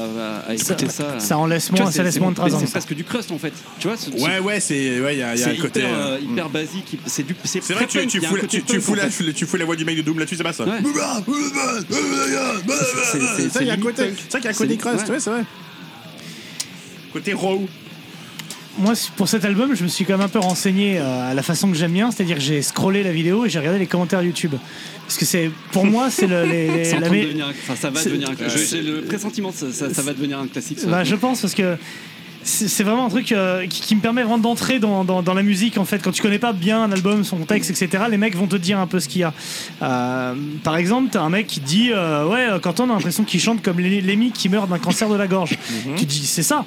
Speaker 9: à
Speaker 7: Ça,
Speaker 9: écouter ça, euh,
Speaker 7: ça en laisse
Speaker 9: Tu vois,
Speaker 7: moins, ça
Speaker 9: c'est-
Speaker 7: laisse
Speaker 9: c'est-
Speaker 7: moins de traces dans
Speaker 9: mais
Speaker 7: le
Speaker 9: c'est presque du crust en fait tu vois ce- ce-
Speaker 8: Ouais, ouais, c'est. Ouais, il y a, il y a
Speaker 9: c'est
Speaker 8: un côté.
Speaker 9: hyper,
Speaker 8: euh,
Speaker 9: euh, hyper basique hyp- c'est du c'est
Speaker 8: C'est vrai que
Speaker 9: très
Speaker 8: tu, tu
Speaker 9: punk, il y a un
Speaker 8: fous, la-
Speaker 9: côté
Speaker 8: tu, tu
Speaker 9: punk,
Speaker 8: fous
Speaker 9: en
Speaker 8: la,
Speaker 9: fait.
Speaker 8: tu fous la voix du mec de Doom là-dessus, ça passe. ça.
Speaker 9: Ouais.
Speaker 8: C'est
Speaker 9: c'est-
Speaker 8: vrai qu'il y a un côté- c'est vrai qu'il y a un
Speaker 9: c'est limite punk.
Speaker 8: côté
Speaker 9: C'est
Speaker 8: crust,
Speaker 9: limite-
Speaker 8: ouais, c'est vrai. Côté raw.
Speaker 7: Moi, pour cet album, je me suis quand même un peu renseigné euh, à la façon que j'aime bien, c'est-à-dire que j'ai scrollé la vidéo et j'ai regardé les commentaires YouTube. Parce que c'est, pour moi, c'est le, les- les-
Speaker 9: C'est en
Speaker 7: la
Speaker 9: train de
Speaker 7: me-
Speaker 9: devenir un- enfin, ça va
Speaker 7: c'est-
Speaker 9: devenir un je-
Speaker 8: euh,
Speaker 9: j'ai le pressentiment ça, ça, ça va devenir un classique ça.
Speaker 7: Bah, je pense parce que c'est c'est vraiment un truc euh, qui, qui me permet vraiment d'entrer dans, dans- dans la musique en fait. Quand tu connais pas bien un album, son contexte, etc., les mecs vont te dire un peu ce qu'il y a. Euh, par exemple, t'as un mec qui dit euh, Ouais, euh, quand on a l'impression qu'il chante comme l'é- l'émi qui meurt d'un cancer de la gorge.
Speaker 9: Mm-hmm.
Speaker 7: Tu te dis C'est ça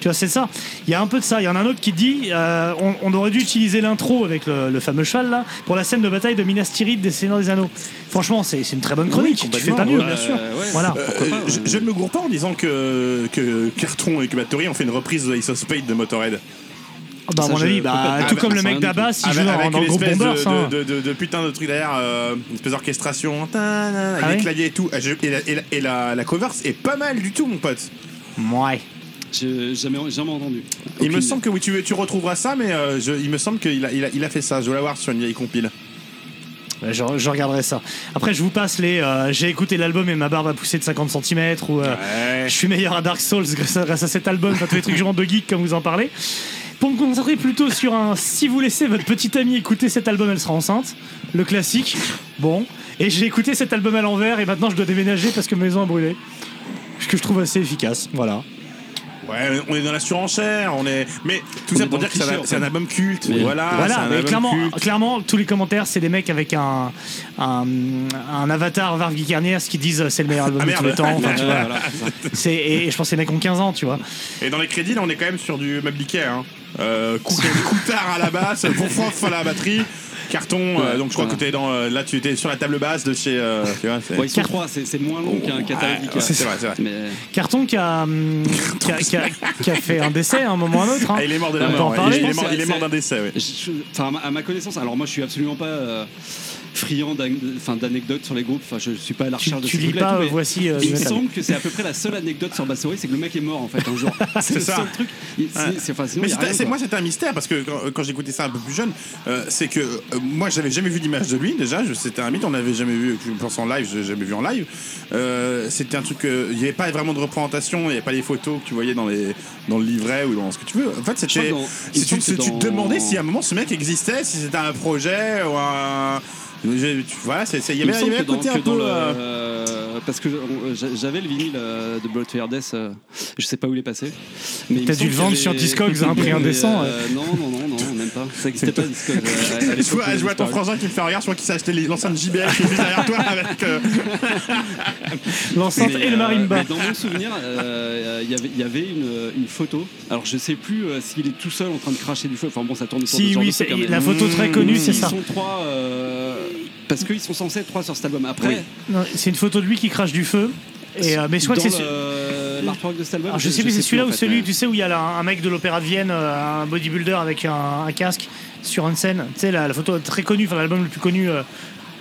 Speaker 7: tu vois, c'est ça. Il y a un peu de ça. Il y en a un autre qui dit euh, on, on aurait dû utiliser l'intro avec le, le fameux cheval là pour la scène de bataille de Minas Tirith des Seigneurs des Anneaux. Franchement, c'est c'est une très bonne chronique. tu fais pas mieux.
Speaker 9: Ouais, ouais.
Speaker 7: Voilà.
Speaker 8: Euh, je, je ne me gourre pas en disant que, que Carton et que Bathory ont fait une reprise de Ace of Spades de Motorhead.
Speaker 7: Ah bah, à
Speaker 9: Ça,
Speaker 7: mon
Speaker 9: je-
Speaker 7: avis, bah,
Speaker 9: complètement,
Speaker 7: tout
Speaker 9: ça
Speaker 7: comme le
Speaker 9: sert
Speaker 7: mec
Speaker 9: à rien du tout.
Speaker 7: d'Abbas, il joue
Speaker 8: avec,
Speaker 7: dans,
Speaker 8: avec
Speaker 7: dans
Speaker 8: une
Speaker 7: le groupe
Speaker 8: espèce de,
Speaker 7: Bombers. hein.
Speaker 8: de- de- de putain de truc derrière, euh, une espèce d'orchestration, ta, na, avec
Speaker 7: Ah
Speaker 8: les
Speaker 7: ouais
Speaker 8: claviers et tout. Et, je- et la, et la- et la- la cover est pas mal du tout, mon pote.
Speaker 7: Ouais.
Speaker 9: J'ai jamais, jamais entendu.
Speaker 8: Il me
Speaker 9: Aucune-
Speaker 8: semble que oui, tu, tu retrouveras ça, mais euh, je- il me semble qu'il a, il a, il a fait ça. Je dois l'avoir sur une vieille compile.
Speaker 7: Ouais, Je, je regarderai ça. Après, je vous passe les. euh, J'ai écouté l'album et ma barbe a poussé de 50 cm ou euh, je suis meilleur à Dark Souls grâce à, grâce à cet album, enfin tous les trucs genre de geek comme vous en parlez. Pour me concentrer plutôt sur un. Si vous laissez votre petite amie écouter cet album, elle sera enceinte. Le classique. Bon. Et j'ai écouté cet album à l'envers et maintenant je dois déménager parce que ma maison a brûlé. Ce que je trouve assez efficace. Voilà.
Speaker 8: Ouais, mais on est dans la surenchère, on est. Mais tout
Speaker 9: On
Speaker 8: ça
Speaker 9: est
Speaker 8: pour
Speaker 9: dans
Speaker 8: dire
Speaker 9: le
Speaker 8: que c'est un,
Speaker 9: cliché,
Speaker 8: c'est
Speaker 9: en
Speaker 8: un
Speaker 9: fait.
Speaker 8: album culte.
Speaker 9: Mais-
Speaker 8: voilà, Ah, c'est
Speaker 7: voilà,
Speaker 8: un
Speaker 7: mais
Speaker 8: album
Speaker 7: clairement,
Speaker 8: culte.
Speaker 7: clairement, tous les commentaires, c'est des mecs avec un, un, un avatar Varg Vikernes qui disent euh, c'est le meilleur album
Speaker 8: Ah,
Speaker 7: de tous les
Speaker 8: merde.
Speaker 7: temps. Enfin, tu
Speaker 9: Ouais,
Speaker 7: vois.
Speaker 9: voilà, c'est ça.
Speaker 7: C'est- et je pense que les mecs ont 15 ans, tu vois.
Speaker 8: Et dans les crédits, là, on est quand même sur du Mabliquet. Hein. Euh, Cou- Coutard à la basse, Bonfroff à la batterie, Carton. euh,
Speaker 9: Ouais,
Speaker 8: donc je crois
Speaker 9: voilà.
Speaker 8: que t'es dans. euh, là, tu étais sur la table basse de chez. euh, tu vois, c'est.
Speaker 9: Ouais, ils sont trois, c'est c'est moins long qu'un catalogue
Speaker 8: Oh, Ouais,
Speaker 9: Ikea.
Speaker 8: c'est vrai, c'est vrai.
Speaker 9: Mais
Speaker 7: Carton qui a, hum, qui a, qui a- qui a fait un décès à un moment ou à un autre. hein.
Speaker 8: Ah, il est mort de
Speaker 9: On
Speaker 8: la
Speaker 9: peut
Speaker 8: mort.
Speaker 7: en
Speaker 8: ouais.
Speaker 7: parler,
Speaker 8: Il est
Speaker 9: je
Speaker 8: mort,
Speaker 9: pense,
Speaker 8: il est
Speaker 9: c'est-
Speaker 8: mort d'un décès, oui.
Speaker 9: je- je- enfin, à ma- à ma connaissance, alors moi je suis absolument pas euh, friand d'an- enfin, d'anecdotes sur les groupes, enfin je suis pas à la
Speaker 7: Tu,
Speaker 9: recherche de
Speaker 7: tu
Speaker 9: ce
Speaker 7: lis
Speaker 9: truc-là et
Speaker 7: pas,
Speaker 9: tout,
Speaker 7: euh,
Speaker 9: mais
Speaker 7: voici. euh,
Speaker 9: Il me
Speaker 7: Jonathan.
Speaker 9: semble que c'est à peu près la seule anecdote sur Bassoway, c'est que le mec est mort en fait un jour. C'est le
Speaker 8: ça.
Speaker 9: seul truc. Il-
Speaker 8: Ouais.
Speaker 9: c'est- c'est- enfin, sinon,
Speaker 8: Mais
Speaker 9: il y a
Speaker 8: c'était-
Speaker 9: rien,
Speaker 8: c'est-
Speaker 9: quoi.
Speaker 8: moi c'était un mystère parce que euh, quand, quand j'écoutais ça un peu plus jeune, euh, c'est que euh, moi j'avais jamais vu d'image de lui déjà. je- C'était un mythe, on n'avait jamais vu. Je pense en live, je l'ai jamais vu en live. Euh, c'était un truc, euh, il n'y avait pas vraiment de représentation, il n'y avait pas les photos que tu voyais dans les dans le livret ou dans ce que tu veux. En fait,
Speaker 9: Je
Speaker 8: c'était,
Speaker 9: crois que dans- il
Speaker 8: c'est-
Speaker 9: me
Speaker 8: tu,
Speaker 9: semble que
Speaker 8: tu te
Speaker 9: dans-
Speaker 8: demandais si à un moment ce mec existait, si c'était un projet ou un. je- tu- Voilà, c'est- c'est- il y
Speaker 9: Il me
Speaker 8: avait, il y
Speaker 9: semble
Speaker 8: avait un
Speaker 9: que dans-
Speaker 8: côté un
Speaker 9: que dans
Speaker 8: peu.
Speaker 9: le-
Speaker 8: euh,
Speaker 9: euh, Parce que on- j'a- j'avais le vinyle euh, de Bloodfire Death, euh, je sais pas où il est passé. mais il me
Speaker 7: T'as
Speaker 9: semble
Speaker 7: dû le
Speaker 9: qu'il y
Speaker 7: vendre
Speaker 9: avait-
Speaker 7: sur Discogs
Speaker 8: hein,
Speaker 7: à un prix
Speaker 9: Mais,
Speaker 7: indécent,
Speaker 9: euh, Non, non, non, non, même pas. Ça n'existait pas Discogs. euh, à- à
Speaker 8: Je
Speaker 9: l'époque où
Speaker 8: vois,
Speaker 9: il
Speaker 8: je vois ton
Speaker 9: disparu.
Speaker 8: frangin qui me fait un regard, je vois qu'il s'est acheté les- l'enceinte JBL qui est juste derrière toi avec. euh,
Speaker 7: L'enceinte
Speaker 9: Mais,
Speaker 7: et le
Speaker 9: euh,
Speaker 7: marimba.
Speaker 9: mais dans mon souvenir, euh, euh, il y avait- il y avait une, une photo. Alors je sais plus euh, s'il est tout seul en train de cracher du feu. Enfin bon, ça tourne autour de
Speaker 7: Si,
Speaker 9: ce genre
Speaker 7: oui,
Speaker 9: de truc,
Speaker 7: c'est-
Speaker 9: hein, mais-
Speaker 7: la photo très connue, c'est
Speaker 9: Ils
Speaker 7: ça.
Speaker 9: sont trois. euh, parce qu'ils sont censés être trois sur cet album. Après,
Speaker 7: Non, C'est une photo de lui qui crache du feu. Et, euh, mais je crois que
Speaker 9: dans
Speaker 7: c'est.
Speaker 9: le- l'artwork de cet album.
Speaker 7: Alors, je sais plus, c'est celui-là
Speaker 9: en
Speaker 7: ou
Speaker 9: fait,
Speaker 7: celui,
Speaker 9: mais-
Speaker 7: tu sais, où il y a là, un mec de l'opéra de Vienne, euh, un bodybuilder avec un, un casque sur une scène. Tu sais, la, la photo très connue, enfin l'album le plus connu. euh,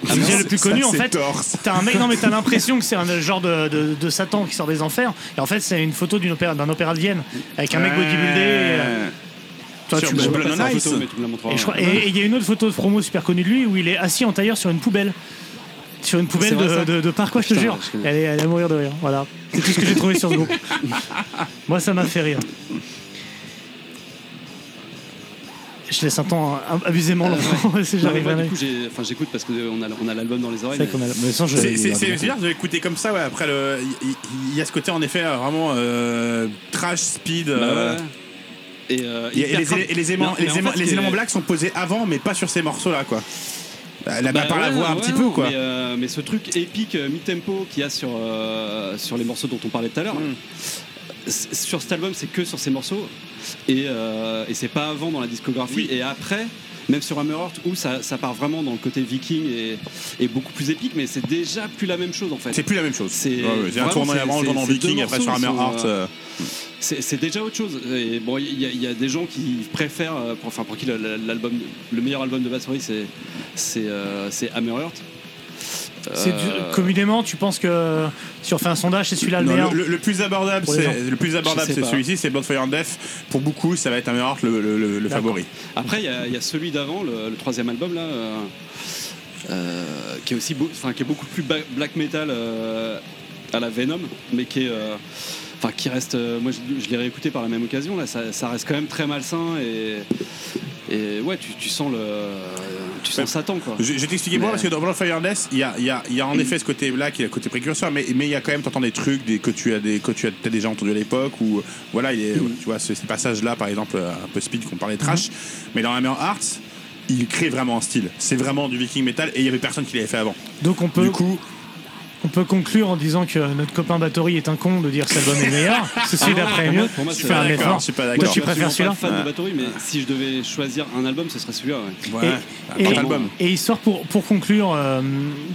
Speaker 7: le musée le plus
Speaker 8: ça,
Speaker 7: connu en
Speaker 8: c'est
Speaker 7: fait.
Speaker 8: torse.
Speaker 7: T'as un mec, non mais t'as l'impression que c'est un genre de, de- de Satan qui sort des enfers. Et en fait, c'est une photo d'une opéra- d'un opéra de Vienne avec un mec bodybuildé. Et, euh, toi,
Speaker 8: Sur
Speaker 7: tu le
Speaker 8: Blue
Speaker 7: vois.
Speaker 8: Blood
Speaker 9: Je
Speaker 8: on
Speaker 9: vais pas
Speaker 8: Bah,
Speaker 9: passer la
Speaker 8: Ice.
Speaker 9: photo, mais tu me la montreras.
Speaker 7: Et je crois- et- et il y a une autre photo de promo super connue de lui où il est assis en tailleur sur une poubelle. Sur une poubelle
Speaker 9: C'est vrai,
Speaker 7: de,
Speaker 9: ça
Speaker 7: de, de parc, quoi, je te
Speaker 9: Putain,
Speaker 7: jure.
Speaker 9: je connais.
Speaker 7: Elle est, elle est à mourir de rire. Voilà. C'est tout ce que j'ai trouvé sur ce groupe. Moi, ça m'a fait rire. Je laisse un temps hein, abusément long. si
Speaker 9: Ah Non, mais
Speaker 7: j'arrive
Speaker 9: moi,
Speaker 7: à
Speaker 9: du coup, j'ai- enfin, j'écoute parce qu'on a, on a l'album dans les oreilles.
Speaker 7: C'est vrai qu'on a- mais sans, je-
Speaker 8: C'est c'est- c'est bizarre, j'ai écouté comme ça, ouais. Après, le- il il- il y, a ce côté en effet euh, vraiment euh, trash, speed.
Speaker 9: mais-
Speaker 8: euh,
Speaker 9: Bah ouais. Et, euh,
Speaker 8: et, et
Speaker 9: hyper
Speaker 8: les,
Speaker 9: crade.
Speaker 8: et les éléments,
Speaker 9: Mais- mais
Speaker 8: les
Speaker 9: en
Speaker 8: éléments-
Speaker 9: fait,
Speaker 8: les
Speaker 9: que-
Speaker 8: éléments blagues sont posés avant, mais pas sur ces morceaux-là, quoi. Bah, là,
Speaker 9: Bah
Speaker 8: par la
Speaker 9: ouais,
Speaker 8: voix un
Speaker 9: ouais,
Speaker 8: petit
Speaker 9: non,
Speaker 8: peu, quoi.
Speaker 9: Mais, euh, mais ce truc épique euh, mi-tempo qu'il y a sur, euh, sur les morceaux dont on parlait tout à l'heure,
Speaker 8: Mm.
Speaker 9: c- sur cet album, c'est que sur ces morceaux. Et, euh, et c'est pas avant dans la discographie. Et après, même sur Hammerheart, où ça, ça part vraiment dans le côté viking et, et beaucoup plus épique, mais c'est déjà plus la même chose en fait.
Speaker 8: C'est plus la même chose.
Speaker 9: c'est-
Speaker 8: Ouais, ouais, j'ai un
Speaker 9: vraiment,
Speaker 8: tournant
Speaker 9: c'est-
Speaker 8: avant, un
Speaker 9: c'est-
Speaker 8: tournant
Speaker 9: c'est deux
Speaker 8: viking, après sur
Speaker 9: morceaux, ils sont,
Speaker 8: Hammerheart.
Speaker 9: euh,
Speaker 8: euh,
Speaker 9: C'est c'est déjà autre chose. Et bon, il y, a- il y a des gens qui préfèrent, euh, pour, enfin pour qui la- la- l'album, le meilleur album de Bathory, c'est c'est euh, c'est Hammerheart.
Speaker 7: C'est du-
Speaker 9: Euh,
Speaker 7: communément, tu penses que euh, si on fait un sondage, c'est celui-là le
Speaker 8: non,
Speaker 7: meilleur.
Speaker 8: le, le- le plus abordable,
Speaker 7: Pour les
Speaker 8: c'est le plus abordable,
Speaker 9: Je sais
Speaker 8: c'est
Speaker 9: pas.
Speaker 8: celui-ci, c'est Bloodfire and Death. Pour beaucoup, ça va être Hammerheart le, le- le- le
Speaker 7: D'accord.
Speaker 8: favori.
Speaker 9: Après, il y, a- il y a celui d'avant, le, le troisième album là, euh, euh, qui est aussi, beau- enfin, qui est beaucoup plus ba- black metal euh, à la Venom, mais qui est, euh, enfin, qui reste. euh, moi, je, je l'ai réécouté par la même occasion. Là, ça, ça reste quand même très malsain et, et ouais, tu, tu sens le, tu sens
Speaker 8: Ouais.
Speaker 9: Satan quoi.
Speaker 8: Je, je vais t'expliquer
Speaker 9: Mais-
Speaker 8: pourquoi, parce que dans Bloodfire and Death, il y a, il y a- il y a en effet ce côté black, il y a le côté précurseur, mais mais il y a quand même, t'entends des trucs des, que tu as, des, que tu as peut-être déjà entendu à l'époque, ou voilà, il est, tu vois, ce, ce passage-là, par exemple, un peu speed qu'on parlait trash, mais dans Hammer Hearts, il crée vraiment un style. C'est vraiment du viking metal, et il y avait personne qui l'avait fait avant.
Speaker 7: Donc on peut.
Speaker 8: Du coup,
Speaker 7: on peut conclure en disant que notre copain Bathory est un con de dire cet album est meilleur, parce que celui
Speaker 9: Ah,
Speaker 7: d'après est
Speaker 9: pour moi-
Speaker 7: mieux.
Speaker 9: pour moi,
Speaker 7: Tu
Speaker 9: c'est
Speaker 7: fais
Speaker 9: pas
Speaker 7: un
Speaker 8: d'accord,
Speaker 7: effort.
Speaker 8: je suis pas
Speaker 7: Toi,
Speaker 8: d'accord.
Speaker 7: tu préfères
Speaker 9: Je suis pas
Speaker 7: celui-là
Speaker 9: fan de Bathory, mais si je devais choisir un album, ce serait celui-là. ouais.
Speaker 8: Ouais,
Speaker 7: Et-
Speaker 8: un
Speaker 7: et,
Speaker 8: grand album.
Speaker 7: et histoire pour, pour conclure, euh,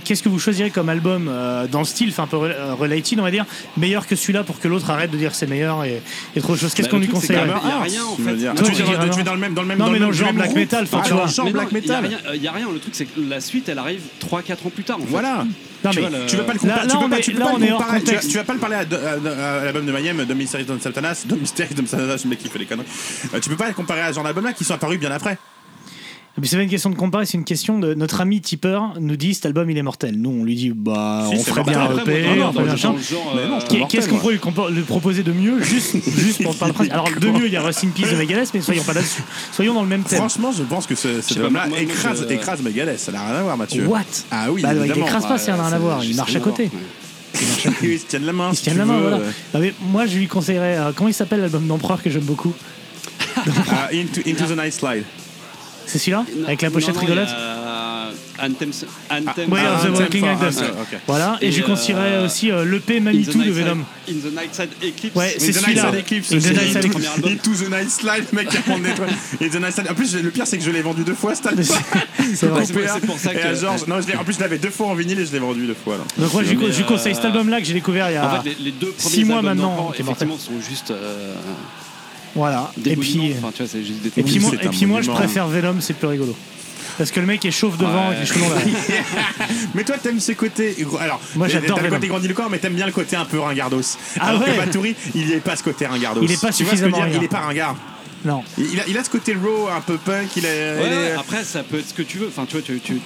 Speaker 7: qu'est-ce que vous choisirez comme album euh, dans le style, enfin un peu re- euh, related on va dire, meilleur que celui-là pour que l'autre arrête de dire c'est meilleur et, et trop de choses. Qu'est-ce
Speaker 9: Bah,
Speaker 7: qu'on
Speaker 9: le
Speaker 7: lui
Speaker 9: truc, c'est que
Speaker 7: conseillerait
Speaker 9: Hammer y a rien, en
Speaker 8: tu
Speaker 9: fait.
Speaker 8: veux dire-
Speaker 7: Toi,
Speaker 8: tu
Speaker 7: tu
Speaker 8: veux
Speaker 7: dirais
Speaker 8: dire- tu
Speaker 7: non.
Speaker 8: es dans le même dans le même
Speaker 7: Non,
Speaker 8: dans
Speaker 7: mais
Speaker 8: le
Speaker 7: dans
Speaker 8: même-
Speaker 7: le genre
Speaker 8: même
Speaker 7: black
Speaker 8: groupe.
Speaker 7: metal, enfin,
Speaker 8: Ah,
Speaker 7: tu
Speaker 8: dans
Speaker 7: vois.
Speaker 8: le genre
Speaker 9: Mais non,
Speaker 8: black
Speaker 9: y a
Speaker 8: metal.
Speaker 9: rien- euh, y a rien. Le truc, c'est que la suite, elle arrive 3-4 ans plus tard. en fait.
Speaker 8: Voilà.
Speaker 7: Non,
Speaker 8: Tu,
Speaker 7: mais-
Speaker 8: vois, le- tu veux pas
Speaker 7: Là-
Speaker 8: le comparer.
Speaker 7: là,
Speaker 8: tu peux
Speaker 7: on
Speaker 8: pas,
Speaker 7: est-
Speaker 8: tu peux
Speaker 7: là,
Speaker 8: pas
Speaker 7: on
Speaker 8: le
Speaker 7: est hors
Speaker 8: comparer. Tu, vas-
Speaker 7: contexte.
Speaker 8: tu vas pas le parler à, à- à l'album de Mayhem, de Mysteries Dom Satanas, de Mysteries Dom Satanas, le mec qui fait les conneries. Euh, tu peux pas le comparer à ce genre d'album-là qui sont apparus bien après.
Speaker 7: Mais c'est pas une question de comparer, c'est une question de notre ami Tipper nous dit cet album il est mortel. Nous on lui dit bah
Speaker 8: Si,
Speaker 7: on
Speaker 8: c'est
Speaker 7: ferait bien
Speaker 8: mortel.
Speaker 7: un
Speaker 9: Après,
Speaker 7: EP,
Speaker 9: moi, vraiment,
Speaker 7: on ferait bien
Speaker 9: dans-
Speaker 7: un
Speaker 9: dans
Speaker 7: chant.
Speaker 9: le genre,
Speaker 8: Mais non,
Speaker 9: euh,
Speaker 8: je te
Speaker 7: Qu'est-
Speaker 8: mortel,
Speaker 7: Qu'est-ce qu'on
Speaker 8: moi.
Speaker 7: pourrait lui compo- lui proposer de mieux juste, juste pour parler principe Alors de mieux il y a Rust in Peace de Megadeth mais soyons pas là-dessus. Soyons dans le même thème.
Speaker 8: Franchement, je pense que ce, cet
Speaker 9: sais pas,
Speaker 8: album-là
Speaker 9: moi, moi,
Speaker 8: écrase,
Speaker 9: je-
Speaker 8: écrase Megadeth. Ça n'a rien à voir, Mathieu.
Speaker 7: What
Speaker 8: Ah oui,
Speaker 7: Bah, il
Speaker 8: évidemment. Ah,
Speaker 7: écrase pas,
Speaker 9: Ouais,
Speaker 7: ça n'a rien à
Speaker 9: c'est-
Speaker 7: voir.
Speaker 9: c'est
Speaker 7: Il marche à
Speaker 9: rien
Speaker 7: côté.
Speaker 9: voir, ouais.
Speaker 8: Ils se tiennent la main.
Speaker 7: Il
Speaker 8: si
Speaker 7: se tient
Speaker 8: tu
Speaker 7: la main,
Speaker 8: veux. euh.
Speaker 7: voilà. Non, mais moi, je lui conseillerais. euh, comment il s'appelle l'album d'Empereur que j'aime beaucoup
Speaker 8: Ah, into, Into the Night Slide.
Speaker 7: C'est celui-là Avec la
Speaker 9: Non,
Speaker 7: pochette
Speaker 9: non,
Speaker 7: rigolote
Speaker 9: il y a Anthems- Anthem.
Speaker 7: Ouais,
Speaker 8: Ah,
Speaker 7: of the Walking
Speaker 8: Anthem,
Speaker 7: Dead.
Speaker 8: ah, ok.
Speaker 7: Voilà, et,
Speaker 9: Et,
Speaker 7: je lui conseillerais
Speaker 9: euh,
Speaker 7: aussi euh, l'EP
Speaker 9: In the
Speaker 7: Manitou de
Speaker 9: Night
Speaker 7: Venom.
Speaker 9: Side- In the Night Side Eclipse.
Speaker 7: Ouais,
Speaker 8: In
Speaker 7: c'est
Speaker 8: the Night
Speaker 7: celui-là.
Speaker 8: Side Eclipse.
Speaker 7: In the
Speaker 8: c'est
Speaker 7: Night Side
Speaker 8: Into-
Speaker 7: Eclipse.
Speaker 9: Eclipse.
Speaker 8: Into the Night Slide, le mec qui a prendre des toiles. Into the Night Slide. En plus, le pire, c'est que je l'ai vendu deux fois, cet album.
Speaker 7: C'est vrai.
Speaker 9: C'est pour- c'est pour ça
Speaker 8: ah. Et à
Speaker 9: que-
Speaker 8: Georges. Non, je l'ai- en plus, je l'avais deux fois en vinyle et je l'ai vendu deux fois. là.
Speaker 7: Donc, moi, je lui-
Speaker 9: Mais,
Speaker 7: je lui conseille
Speaker 9: euh,
Speaker 7: cet album-là que j'ai découvert il y a.
Speaker 9: En fait, les, les deux premiers
Speaker 7: Ah. six mois
Speaker 9: albums
Speaker 7: maintenant,
Speaker 9: d'Empereur,
Speaker 7: qui est mortel.
Speaker 9: effectivement, sont juste euh,
Speaker 7: Voilà.
Speaker 9: des
Speaker 7: Et
Speaker 9: monuments.
Speaker 7: puis,
Speaker 9: Enfin, tu vois, c'est juste des
Speaker 7: et puis, moi,
Speaker 8: c'est
Speaker 7: et
Speaker 8: un
Speaker 7: puis moi, je
Speaker 8: monument.
Speaker 7: préfère Venom, c'est plus rigolo. Parce que le mec est chauve devant
Speaker 9: Ouais.
Speaker 7: et les cheveux longs là.
Speaker 8: Mais toi, t'aimes ce côté. Alors,
Speaker 7: Moi,
Speaker 8: t'as-
Speaker 7: j'adore
Speaker 8: T'as le
Speaker 7: Venom.
Speaker 8: côté grandiloquent, mais t'aimes bien le côté un peu ringardos.
Speaker 7: Ah
Speaker 8: Alors
Speaker 7: ouais.
Speaker 8: que Bathory, il n'y est pas ce côté ringardos.
Speaker 7: Il est pas
Speaker 8: Tu vois ce que je veux
Speaker 7: suffisamment
Speaker 8: dire Il est pas
Speaker 7: ringard.
Speaker 8: ringard.
Speaker 7: Non.
Speaker 8: Il il a, il a ce côté raw, un peu punk. Il est.
Speaker 9: Ouais, ah,
Speaker 8: il est-
Speaker 9: ouais,
Speaker 7: euh,
Speaker 9: après, ça peut être ce que tu veux. Enfin, tu vois, tu. tu-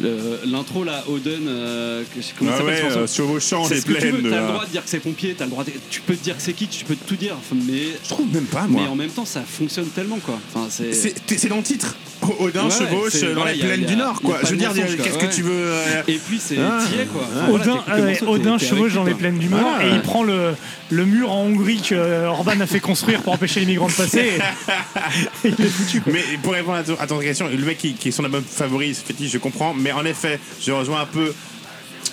Speaker 9: le- L'intro là, Oden, euh, que je sais- comment
Speaker 8: Ah
Speaker 9: ça s'appelle
Speaker 8: ouais,
Speaker 9: ce morceau
Speaker 8: euh, chevauchant
Speaker 9: C'est
Speaker 8: les
Speaker 9: ce que tu
Speaker 8: plaines. euh,
Speaker 9: veux. T'as le
Speaker 8: là.
Speaker 9: droit de dire que c'est pompier, t'as le droit. de- Tu peux te dire que c'est kitsch, tu peux tout dire. Enfin, Mais
Speaker 8: Je trouve même pas,
Speaker 9: mais
Speaker 8: moi.
Speaker 9: en même temps, ça fonctionne tellement quoi. Enfin, c'est.
Speaker 8: C'est t'es- c'est dans le titre. O- Odin
Speaker 9: Ouais,
Speaker 8: chevauche euh,
Speaker 9: c'est-
Speaker 8: dans
Speaker 9: voilà,
Speaker 8: les
Speaker 9: y a-
Speaker 8: plaines
Speaker 9: y a-
Speaker 8: du Nord,
Speaker 9: y a
Speaker 8: quoi.
Speaker 9: pas
Speaker 8: Je veux
Speaker 9: de
Speaker 8: dire,
Speaker 9: mensonge,
Speaker 8: qu'est-ce
Speaker 9: quoi,
Speaker 8: que
Speaker 9: ouais.
Speaker 8: tu veux. euh,
Speaker 9: Et puis c'est
Speaker 8: Ah.
Speaker 9: t'y es, quoi. Enfin, voilà,
Speaker 7: Odin,
Speaker 9: t'écoutes le
Speaker 7: ouais,
Speaker 9: morceau, t'es-
Speaker 7: Odin
Speaker 9: t'es avec
Speaker 7: euh, chevauche
Speaker 9: lui,
Speaker 7: dans les
Speaker 9: quoi.
Speaker 7: plaines du Mort
Speaker 8: Ah.
Speaker 7: et il prend le, le mur en Hongrie que euh, Orban a fait construire pour empêcher les migrants de passer. et- et il est foutu, quoi.
Speaker 8: Mais pour répondre à, ton- à ton question, le mec qui, qui est son album favori, ce fétiche, je comprends. Mais en effet, je rejoins un peu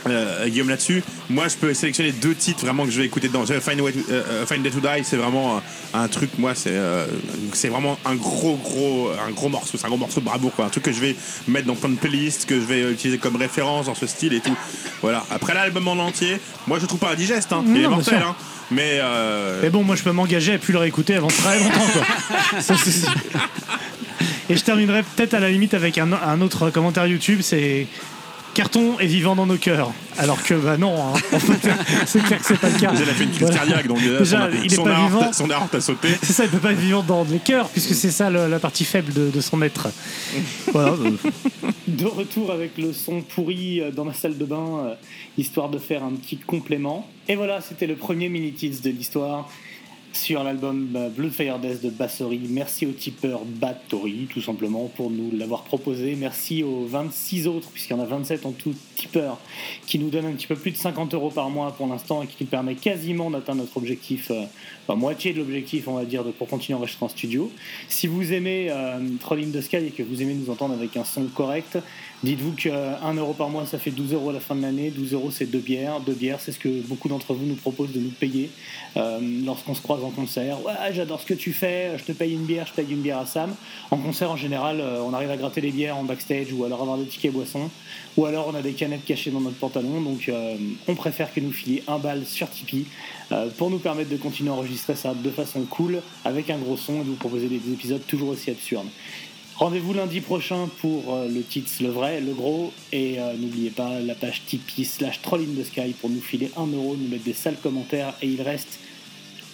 Speaker 8: euh, Guillaume là-dessus. Moi, je peux sélectionner deux titres vraiment que je vais écouter dedans. Je- Find, a Way to- euh, Find a Day to Die, c'est vraiment un, un truc, moi, c'est euh, c'est vraiment un gros, gros, un gros morceau. C'est un gros morceau de bravoure, quoi. Un truc que je vais mettre dans plein de playlists, que je vais euh, utiliser comme référence dans ce style et tout. Voilà. Après l'album en entier, moi, je le trouve pas indigeste, hein.
Speaker 7: Non,
Speaker 8: Il est
Speaker 7: bien
Speaker 8: mortel,
Speaker 7: sûr. Eh
Speaker 8: hein. Mais. euh,
Speaker 7: Mais bon, moi je peux m'engager à plus le réécouter avant très longtemps. Quoi. Ça, c'est sûr. Et je terminerai peut-être à la limite avec un, un autre commentaire YouTube, c'est carton est vivant dans nos cœurs. Alors que bah non, hein. en fait, c'est clair que c'est pas le cas.
Speaker 8: Déjà, il a fait une crise
Speaker 7: ben, Voilà.
Speaker 8: cardiaque, donc euh,
Speaker 7: Déjà,
Speaker 8: son,
Speaker 7: il est
Speaker 8: son
Speaker 7: pas
Speaker 8: aorte-
Speaker 7: vivant.
Speaker 8: son aorte a sauté.
Speaker 7: C'est ça, il peut pas être vivant dans les cœurs, puisque c'est ça le- la partie faible de, de son être. Voilà. De retour avec le son pourri euh, dans ma salle de bain, euh, histoire de faire un petit complément. Et voilà, c'était le premier mini-tips de l'histoire sur l'album bah, Blue Fire Death de Bassory. Merci au tipeur Bathory, tout simplement, pour nous l'avoir proposé. Merci aux 26 autres, puisqu'il y en a 27 en tout, tipeurs, qui nous donnent un petit peu plus de 50 euros par mois pour l'instant et qui nous permet quasiment d'atteindre notre objectif, euh, enfin, moitié de l'objectif, on va dire, de, pour continuer à enregistrer en studio. Si vous aimez euh, Trolling the Sky et que vous aimez nous entendre avec un son correct, dites-vous que euh, 1 euro par mois, ça fait 12 euros à la fin de l'année. 12 euros, c'est deux bières. Deux bières, c'est ce que beaucoup d'entre vous nous proposent de nous payer euh, lorsqu'on se croise en concert. Ouais, j'adore ce que tu fais, je te paye une bière, je paye une bière à Sam. En concert, en général, euh, on arrive à gratter les bières en backstage ou alors avoir des tickets boissons ou alors on a des canettes cachées dans notre pantalon. Donc euh, on préfère que nous filiez un bal sur Tipeee euh, pour nous permettre de continuer à enregistrer ça de façon cool avec un gros son et de vous proposer des épisodes toujours aussi absurdes. Rendez-vous lundi prochain pour euh, le titre Le Vrai, Le Gros. Et euh, n'oubliez pas la page Tipeee slash Troll in the Sky pour nous filer un euro, nous mettre des sales commentaires. Et il reste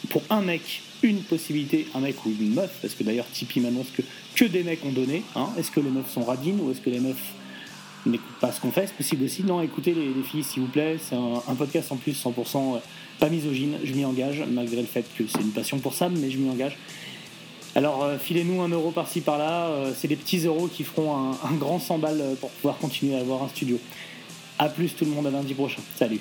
Speaker 7: pour un mec une possibilité, un mec ou une meuf, parce que d'ailleurs Tipeee m'annonce que que des mecs ont donné. hein. Est-ce que les meufs sont radines ou est-ce que les meufs n'écoutent pas ce qu'on fait C'est possible aussi. Non, écoutez les, les filles s'il vous plaît. C'est un, un podcast en plus 100% euh, pas misogyne. Je m'y engage, malgré le fait que c'est une passion pour Sam, mais je m'y engage. Alors euh, filez-nous un euro par-ci par-là, euh, c'est des petits euros qui feront un, un grand 100 balles euh, pour pouvoir continuer à avoir un studio. A plus tout le monde à lundi prochain. Salut